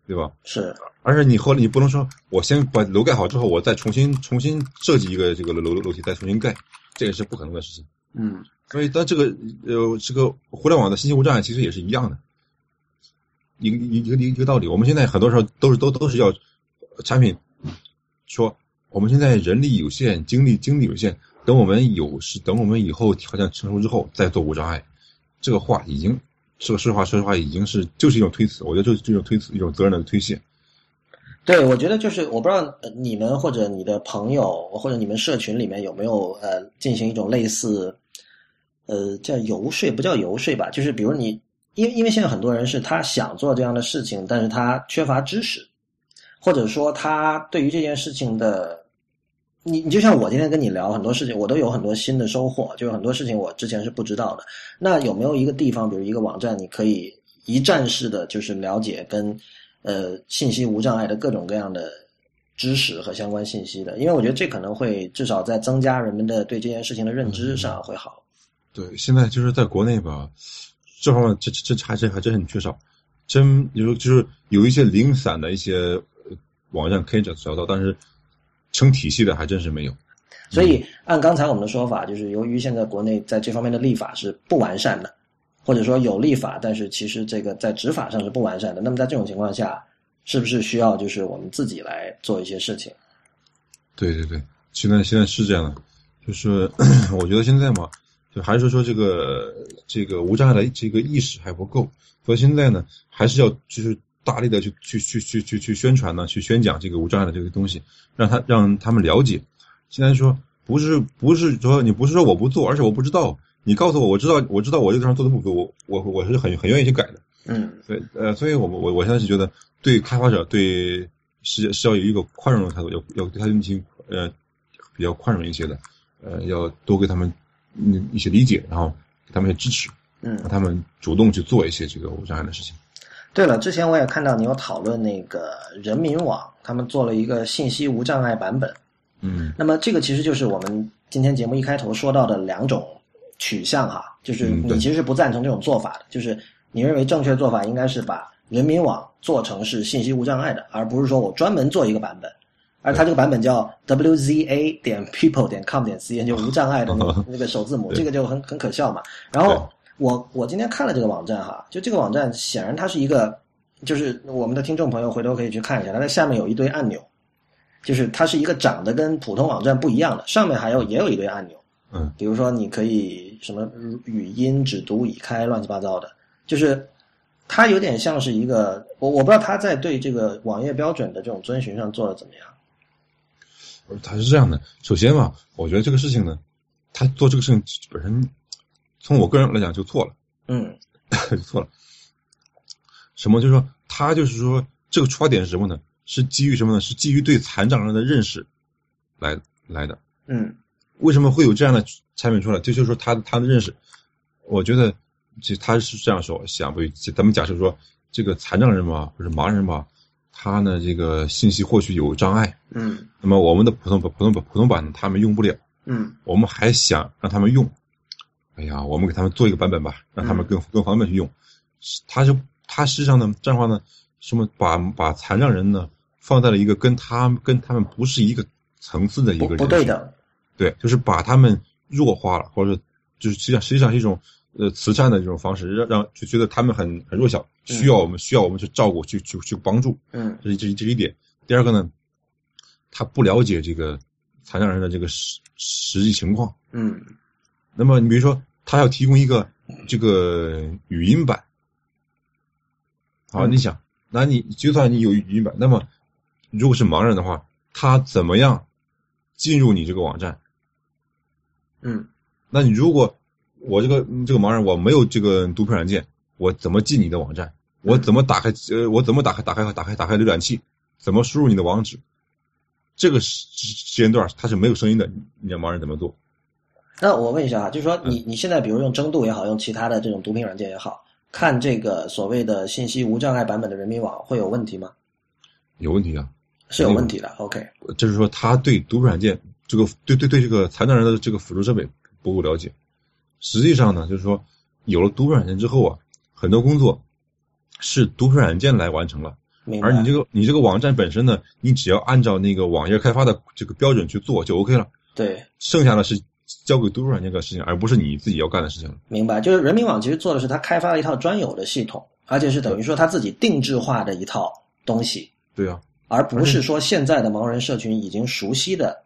S2: 对吧？
S1: 是
S2: 而且你后来你不能说我先把楼盖好之后，我再重新重新设计一个这个楼楼楼梯，再重新盖，这也是不可能的事情。
S1: 嗯
S2: 所以，但这个呃，这个互联网的信息无障碍其实也是一样的，一个一个一个一个道理。我们现在很多时候都是都都是要产品说，我们现在人力有限，精力精力有限，等我们有是等我们以后条件成熟之后再做无障碍。这个话已经，说实话，说实话，已经是就是一种推辞，我觉得就是这种推辞，一种责任的推卸。
S1: 对，我觉得就是我不知道呃你们或者你的朋友或者你们社群里面有没有呃进行一种类似，呃叫游说不叫游说吧，就是比如你因为因为现在很多人是他想做这样的事情，但是他缺乏知识，或者说他对于这件事情的，你你就像我今天跟你聊很多事情，我都有很多新的收获，就是很多事情我之前是不知道的。那有没有一个地方，比如一个网站，你可以一站式的就是了解跟呃信息无障碍的各种各样的知识和相关信息的？因为我觉得这可能会至少在增加人们的对这件事情的认知上会好。
S2: 对，现在就是在国内吧，这方面这这这还真还真很缺少，真有就是有一些零散的一些呃网站可以找找到，但是成体系的还真是没有。
S1: 所以按刚才我们的说法，就是由于现在国内在这方面的立法是不完善的，或者说有立法，但是其实这个在执法上是不完善的。那么在这种情况下，是不是需要就是我们自己来做一些事情？
S2: 对对对，现在现在是这样的，就是 我觉得现在嘛，就还是说这个这个无障碍的这个意识还不够，所以现在呢，还是要就是大力的去去去去去去宣传呢，去宣讲这个无障碍的这个东西，让他让他们了解。现在说不是不是说你不是说我不做，而且我不知道，你告诉我我知道我知道我这个地方做的不足，我我我是很很愿意去改的。
S1: 嗯
S2: 所以呃，所以我我我现在是觉得，对开发者对是是要有一个宽容的态度，要要对他进行呃比较宽容一些的，呃，要多给他们嗯一些理解，然后给他们一些支持，
S1: 嗯
S2: 让。他们主动去做一些这个无障碍的事情。
S1: 对了，之前我也看到你有讨论那个人民网，他们做了一个信息无障碍版本。
S2: 嗯
S1: 那么这个其实就是我们今天节目一开头说到的两种取向哈，就是
S2: 嗯对
S1: 你其实是不赞成这种做法的，就是你认为正确做法应该是把人民网做成是信息无障碍的，而不是说我专门做一个版本。而它这个版本叫 wza 点 people 点 com 点 cn，就无障碍的那 个那个首字母，
S2: 对
S1: 这个就很很可笑嘛。然
S2: 对
S1: 后我我今天看了这个网站哈，就这个网站显然它是一个，就是我们的听众朋友回头可以去看一下，它在下面有一堆按钮，就是它是一个长得跟普通网站不一样的，上面还有也有一堆按钮，
S2: 嗯，
S1: 比如说你可以什么语音只读已开，乱七八糟的，就是它有点像是一个我我不知道它在对这个网页标准的这种遵循上做的怎么样。
S2: 他是这样的，首先嘛，我觉得这个事情呢，他做这个事情本身，从我个人来讲就错了。
S1: 嗯
S2: 错了。什么？就是说，他就是说，这个出发点是什么呢？是基于什么呢？是基于对残障人的认识来来的。
S1: 嗯
S2: 为什么会有这样的产品出来？这就是说他他的认识。我觉得，其实他是这样说，想不？咱们假设说，这个残障人嘛，或者盲人嘛，他呢这个信息获取有障碍，
S1: 嗯
S2: 那么我们的普通普通普通版呢他们用不了。
S1: 嗯
S2: 我们还想让他们用，哎呀，我们给他们做一个版本吧，
S1: 嗯
S2: 让他们更更方便去用。是他就他实际上呢，这样的话呢，什么把把残障人呢放在了一个跟他跟他们不是一个层次的一
S1: 不
S2: 个人
S1: 不对
S2: 群
S1: 等。
S2: 对，就是把他们弱化了，或者就是实际上实际上是一种呃慈善的这种方式，让让就觉得他们很很弱小，需要我们、需要我们去照顾去去去帮助。
S1: 嗯
S2: 这是这是这是一点。第二个呢，他不了解这个残障人的这个实实际情况。
S1: 嗯
S2: 那么你比如说，他要提供一个这个语音版，好，
S1: 嗯
S2: 你想，那你就算你有语音版，那么如果是盲人的话，他怎么样进入你这个网站？
S1: 嗯
S2: 那你如果我这个嗯这个盲人我没有这个读屏软件，我怎么进你的网站？我怎么打开呃我怎么打开打开打开打开浏览器？怎么输入你的网址？这个时时时间段它是没有声音的，你你让盲人怎么做？
S1: 那我问一下啊，就是说
S2: 嗯
S1: 你你现在比如用争渡也好，用其他的这种毒品软件也好，看这个所谓的信息无障碍版本的人民网会有问题吗？
S2: 有问题啊！
S1: 是有问题的。OK，
S2: 就是说他对毒品软件这个对对对这个残障人的这个辅助设备不够了解。实际上呢，就是说有了毒品软件之后啊，很多工作是毒品软件来完成了，
S1: 明白。
S2: 而你这个你这个网站本身呢，你只要按照那个网页开发的这个标准去做就 OK 了，
S1: 对，
S2: 剩下的是交给读书软件的事情，而不是你自己要干的事情了。
S1: 明白。就是人民网其实做的是它开发了一套专有的系统，而且是等于说它自己定制化的一套东西，
S2: 对啊，
S1: 而不是说现在的盲人社群已经熟悉的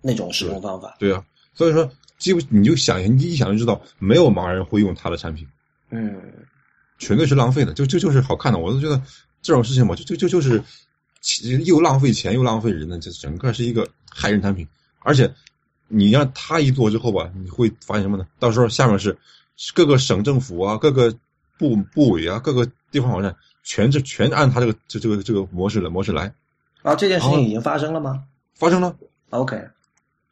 S1: 那种使用方法。
S2: 对啊，所以说几乎你就想你一想就知道，没有盲人会用他的产品，
S1: 嗯，
S2: 全对是浪费的。就就就是好看的，我都觉得这种事情嘛，就就就就是其实又浪费钱又浪费人的，这整个是一个害人产品。而且你让他一做之后吧，你会发现什么呢？到时候下面是各个省政府啊、各个部部委啊、各个地方网站，全是全按他这个这这个这个模式的模式来
S1: 啊，这件事情已经发生了吗
S2: 发生了。
S1: ？OK，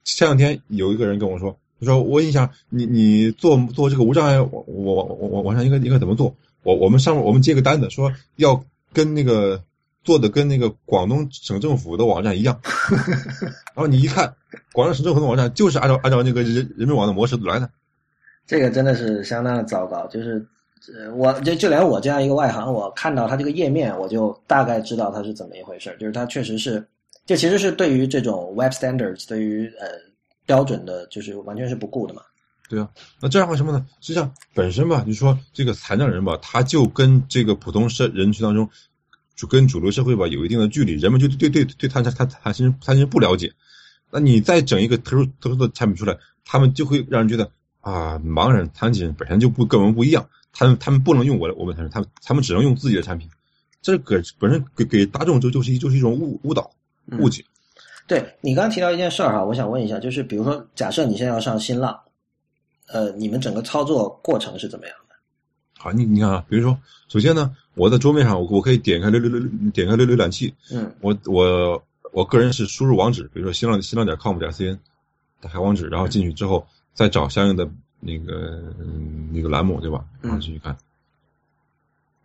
S2: 前两天有一个人跟我说，他说我问一下你，你做做这个无障碍，我我我我网上应该应该怎么做？我我们上面我们接个单子，说要跟那个做的跟那个广东省政府的网站一样。 然后你一看，广东省政府的网站就是按照按照那个人人民网的模式来的。
S1: 这个真的是相当的糟糕，就是。呃，我就就连我这样一个外行，我看到它这个页面，我就大概知道它是怎么一回事儿。就是它确实是，这其实是对于这种 web standards，对于呃标准的，就是完全是不顾的嘛。
S2: 对啊，那这样的话什么呢？实际上本身吧，你说这个残障人吧，他就跟这个普通社人群当中，就跟主流社会吧有一定的距离，人们就对对对对他他他他其实他其实不了解。那你再整一个特殊特殊的产品出来，他们就会让人觉得啊，盲人、残疾人本身就不跟我们不一样，他们他们不能用我的我们的产品，他们他们只能用自己的产品，这个本身给给大众就就是一就是一种误误导
S1: 嗯
S2: 误解。
S1: 对你刚刚提到一件事儿哈，我想问一下，就是比如说，假设你现在要上新浪，呃，你们整个操作过程是怎么样的？
S2: 好，你你看啊，比如说，首先呢，我在桌面上我我可以点开浏浏浏点开浏浏览器，
S1: 嗯
S2: 我我我个人是输入网址，比如说新浪新浪点 com 点 cn，打开网址，然后进去之后再找相应的那个、嗯那个栏目，对吧？
S1: 嗯
S2: 然后进去看。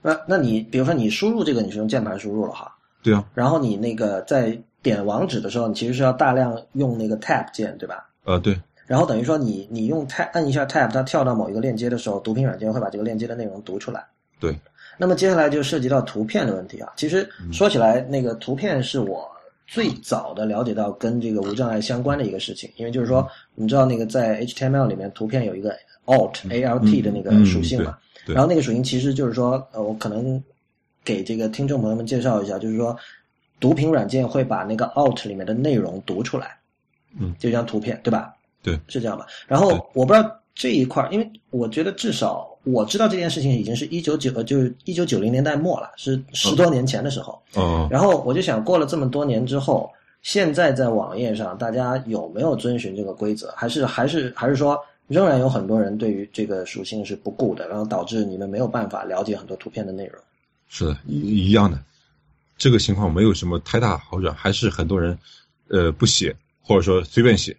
S1: 那那你比如说你输入这个，你是用键盘输入了哈，
S2: 对啊，
S1: 然后你那个在点网址的时候，你其实是要大量用那个 tab 键，对吧？
S2: 呃，对，
S1: 然后等于说你你用 tab 按一下 tab，它跳到某一个链接的时候，读屏软件会把这个链接的内容读出来。
S2: 对。
S1: 那么接下来就涉及到图片的问题啊。其实说起来，那个图片是我最早的了解到跟这个无障碍相关的一个事情，因为就是
S2: 嗯
S1: 说，你知道那个在 HTML 里面图片有一个 alt alt 的那个
S2: 嗯
S1: 属性嘛，
S2: 对对
S1: 然后那个属性其实就是说，呃，我可能给这个听众朋友们介绍一下，就是说，读屏软件会把那个 alt 里面的内容读出来，
S2: 嗯，
S1: 这张图片对吧？
S2: 对，
S1: 是这样吧？然后
S2: 对
S1: 我不知道这一块儿，因为我觉得至少我知道这件事情已经是一九九，就是一九九零年代末了，是十多年前的时候。
S2: 哦、
S1: 然后我就想，过了这么多年之后，现在在网页上，大家有没有遵循这个规则？还是还是还是说，仍然有很多人对于这个属性是不顾的，然后导致你们没有办法了解很多图片的内容？
S2: 是的，一一样的，这个情况没有什么太大好转，还是很多人呃不写，或者说随便写。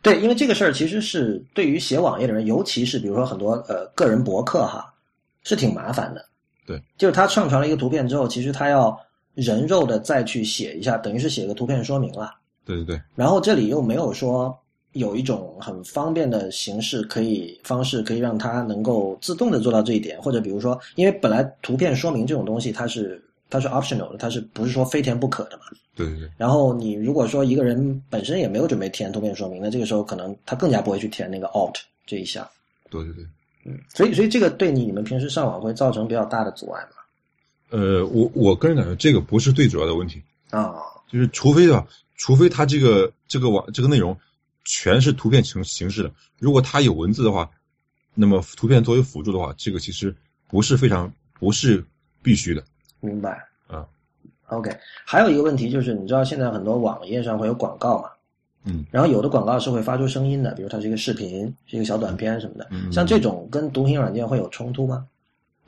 S1: 对，因为这个事儿其实是对于写网页的人，尤其是比如说很多呃个人博客哈，是挺麻烦的。
S2: 对，
S1: 就是他上传了一个图片之后，其实他要人肉的再去写一下，等于是写个图片说明了。
S2: 对对对，
S1: 然后这里又没有说有一种很方便的形式可以方式可以让它能够自动的做到这一点，或者比如说，因为本来图片说明这种东西它是它是 optional 的，它是不是说非填不可的嘛？
S2: 对对对，
S1: 然后你如果说一个人本身也没有准备填图片说明，那这个时候可能他更加不会去填那个 alt 这一项。
S2: 对对对。
S1: 所以，所以这个对你你们平时上网会造成比较大的阻碍嘛？
S2: 呃，我我个人感觉这个不是最主要的问题，
S1: 啊、
S2: 就是除非吧，除非它这个这个网这个内容全是图片形形式的，如果它有文字的话，那么图片作为辅助的话，这个其实不是非常不是必须的。
S1: 明白。
S2: 啊
S1: OK，还有一个问题就是，你知道现在很多网页上会有广告嘛？
S2: 嗯，
S1: 然后有的广告是会发出声音的，比如它是一个视频，是一个小短片什么的。
S2: 嗯
S1: 像这种跟读屏软件会有冲突吗？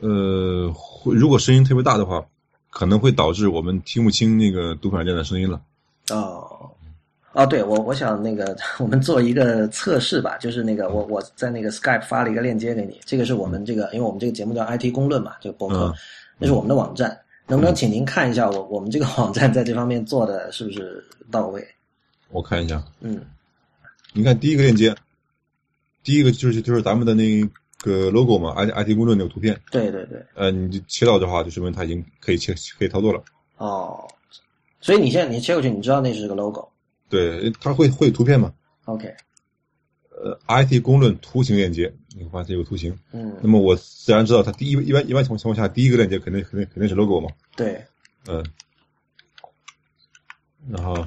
S2: 呃，会如果声音特别大的话，可能会导致我们听不清那个读盘软件的声音了。
S1: 哦，哦，对我我想那个我们做一个测试吧，就是那个我我在那个 Skype 发了一个链接给你，这个是我们这个，因为我们这个节目叫 IT 公论嘛，这个博客
S2: 嗯，
S1: 那是我们的网站，能不能请您看一下我我们这个网站在这方面做的是不是到位？
S2: 我看一下，
S1: 嗯，
S2: 你看第一个链接，第一个就是就是咱们的那个 logo 嘛，i i t 工作那个图片，
S1: 对对对，
S2: 呃，你就切到这话，就说明它已经可以切可以操作了。
S1: 哦，所以你现在你切过去，你知道那是个 logo。
S2: 对，它会会有图片嘛？
S1: OK，
S2: 呃，IT 公论图形链接，你会发现有图形。那
S1: 嗯，
S2: 么我自然知道它第一一般一般情况情况下第一个链接肯定肯定肯定是 logo 嘛，
S1: 对，
S2: 嗯。然后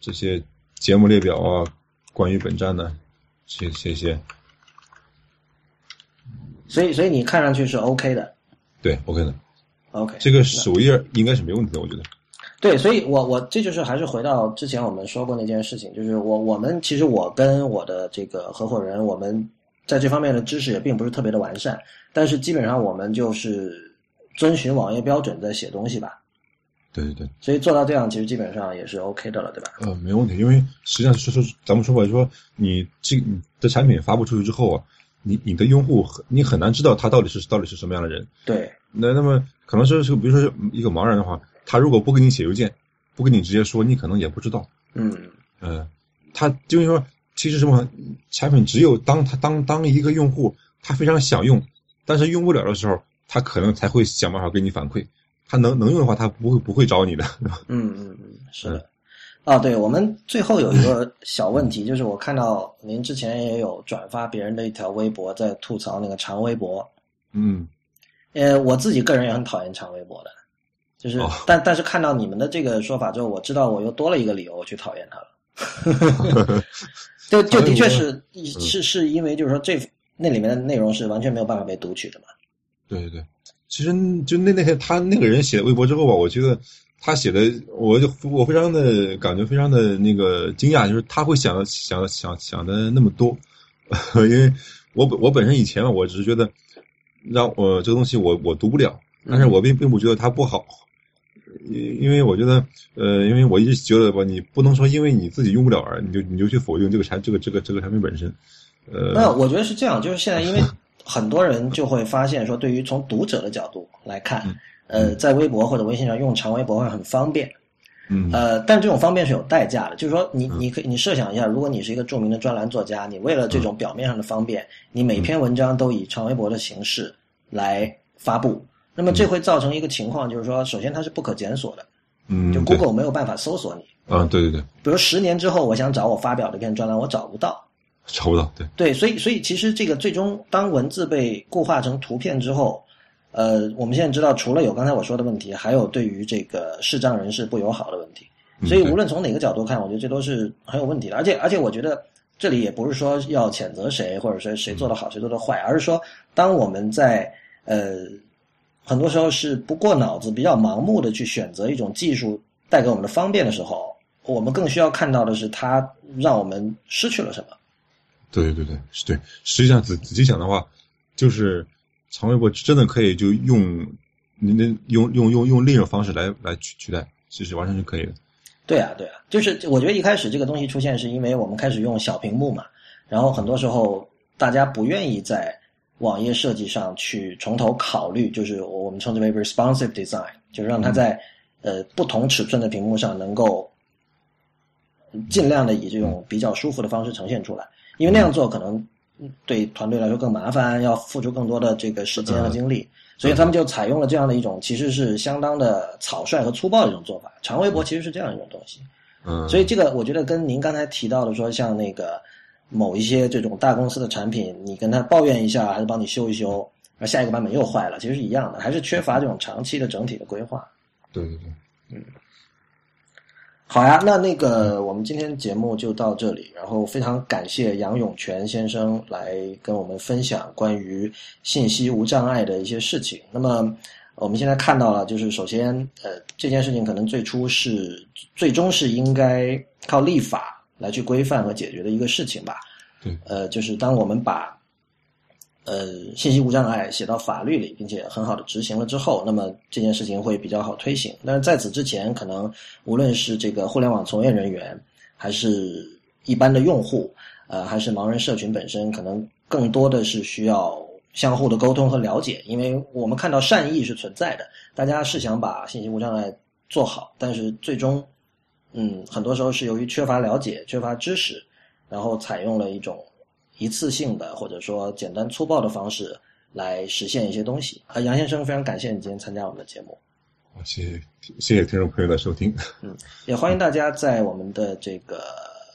S2: 这些节目列表啊，关于本站呢，这这些
S1: 所以所以你看上去是 OK 的
S2: 对 OK 的，
S1: ，OK。
S2: 这个首页应该是没问题的，我觉得。
S1: 对，所以我我这就是还是回到之前我们说过那件事情，就是我我们其实我跟我的这个合伙人，我们在这方面的知识也并不是特别的完善，但是基本上我们就是遵循网页标准在写东西吧，
S2: 对对对，
S1: 所以做到这样其实基本上也是 OK 的了，对吧？
S2: 呃，没问题，因为实际上说说咱们说白了说，你这你的产品发布出去之后啊，你你的用户很你很难知道他到底是到底是什么样的人。
S1: 对，
S2: 那那么可能是是比如说是一个盲人的话，他如果不给你写邮件，不跟你直接说，你可能也不知道。
S1: 嗯，
S2: 嗯、他就是说，其实什么产品只有当他当当一个用户他非常想用，但是用不了的时候，他可能才会想办法给你反馈。他能能用的话，他不会不会找你的。
S1: 嗯嗯嗯，是的。哦，对，我们最后有一个小问题，就是我看到您之前也有转发别人的一条微博，在吐槽那个长微博。
S2: 嗯，
S1: 呃，我自己个人也很讨厌长微博的，就是，
S2: 哦
S1: 但但是看到你们的这个说法之后，我知道我又多了一个理由去讨厌他了。就就的确是是是因为就是说这那里面的内容是完全没有办法被读取的嘛。
S2: 对对对，其实就那那天他那个人写微博之后吧，我觉得他写的，我就我非常的感觉非常的那个惊讶，就是他会想的想的想想的那么多， 因为我本我本身以前嘛，我只是觉得让我、这个东西我我读不了，但是我并并不觉得它不好。因因为我觉得，呃，因为我一直觉得吧，你不能说因为你自己用不了而你就你就去否定这个产这个这个这个产品本身，呃，
S1: 那我觉得是这样，就是现在因为很多人就会发现说，对于从读者的角度来看，呃，在微博或者微信上用长微博会很方便，
S2: 嗯，
S1: 呃，但这种方便是有代价的，就是说你你可以你设想一下，如果你是一个著名的专栏作家，你为了这
S2: 嗯
S1: 种表面上的方便，你每篇文章都以长微博的形式来发布。那么这会造成一个情况，就是说，首先它是不可检索的，
S2: 嗯，
S1: 就
S2: 对
S1: Google 没有办法搜索你。
S2: 啊，对对对，
S1: 比如十年之后，我想找我发表这篇专栏，我找不到，
S2: 找不到，对，
S1: 对，所以所以其实这个最终当文字被固化成图片之后，呃，我们现在知道，除了有刚才我说的问题，还有对于这个视障人士不友好的问题。
S2: 嗯
S1: 所以
S2: 对
S1: 无论从哪个角度看，我觉得这都是很有问题的。而且而且，我觉得这里也不是说要谴责谁，或者说谁做的好，谁做的坏，而是说，当我们在呃很多时候是不过脑子、比较盲目的去选择一种技术带给我们的方便的时候，我们更需要看到的是它让我们失去了什么。
S2: 对对对，是对。实际上仔仔细想的话，就是长微博真的可以就用您的用用用用另一种方式来来取取代，其实完全是可以的。
S1: 对啊，对啊，就是我觉得一开始这个东西出现，是因为我们开始用小屏幕嘛，然后很多时候大家不愿意在网页设计上去从头考虑，就是我们称之为 responsive design，就是让它在、呃不同尺寸的屏幕上能够尽量的以这种比较舒服的方式呈现出来，因为那样做可能对团队来说更麻烦，要付出更多的这个时间和精力，所以他们就采用了这样的一种其实是相当的草率和粗暴的一种做法。长微博其实是这样一种东西，
S2: 嗯，
S1: 所以这个我觉得跟您刚才提到的说，像那个某一些这种大公司的产品，你跟他抱怨一下，还是帮你修一修，而下一个版本又坏了，其实是一样的，还是缺乏这种长期的整体的规划。
S2: 对对对，
S1: 好呀，那那个我们今天节目就到这里，然后非常感谢杨永泉先生来跟我们分享关于信息无障碍的一些事情。那么我们现在看到了，就是首先，呃，这件事情可能最初是最终是应该靠立法来去规范和解决的一个事情吧。
S2: 对，
S1: 呃，就是当我们把呃信息无障碍写到法律里，并且很好的执行了之后，那么这件事情会比较好推行。但是在此之前，可能无论是这个互联网从业人员，还是一般的用户，呃，还是盲人社群本身，可能更多的是需要相互的沟通和了解，因为我们看到善意是存在的，大家是想把信息无障碍做好，但是最终，嗯，很多时候是由于缺乏了解、缺乏知识，然后采用了一种一次性的或者说简单粗暴的方式来实现一些东西。啊，杨先生，非常感谢你今天参加我们的节目。
S2: 好，啊谢谢谢谢听众朋友的收听。
S1: 嗯，也欢迎大家在我们的这个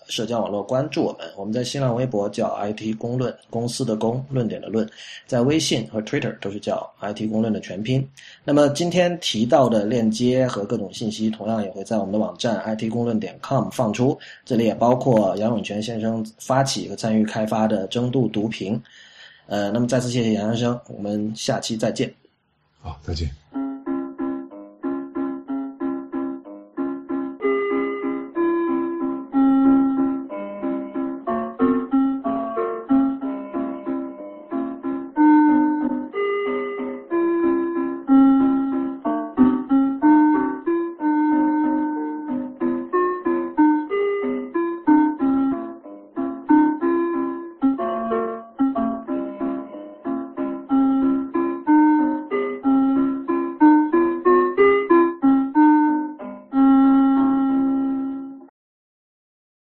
S1: 社交网络关注我们。我们在新浪微博叫 IT 公论，公司的公，论点的论，在微信和 Twitter 都是叫 IT 公论的全拼。那么今天提到的链接和各种信息，同样也会在我们的网站 IT 公论点 com 放出。这里也包括杨永泉先生发起和参与开发的争渡读评。呃，那么再次谢谢杨先生，我们下期再见。
S2: 好，再见。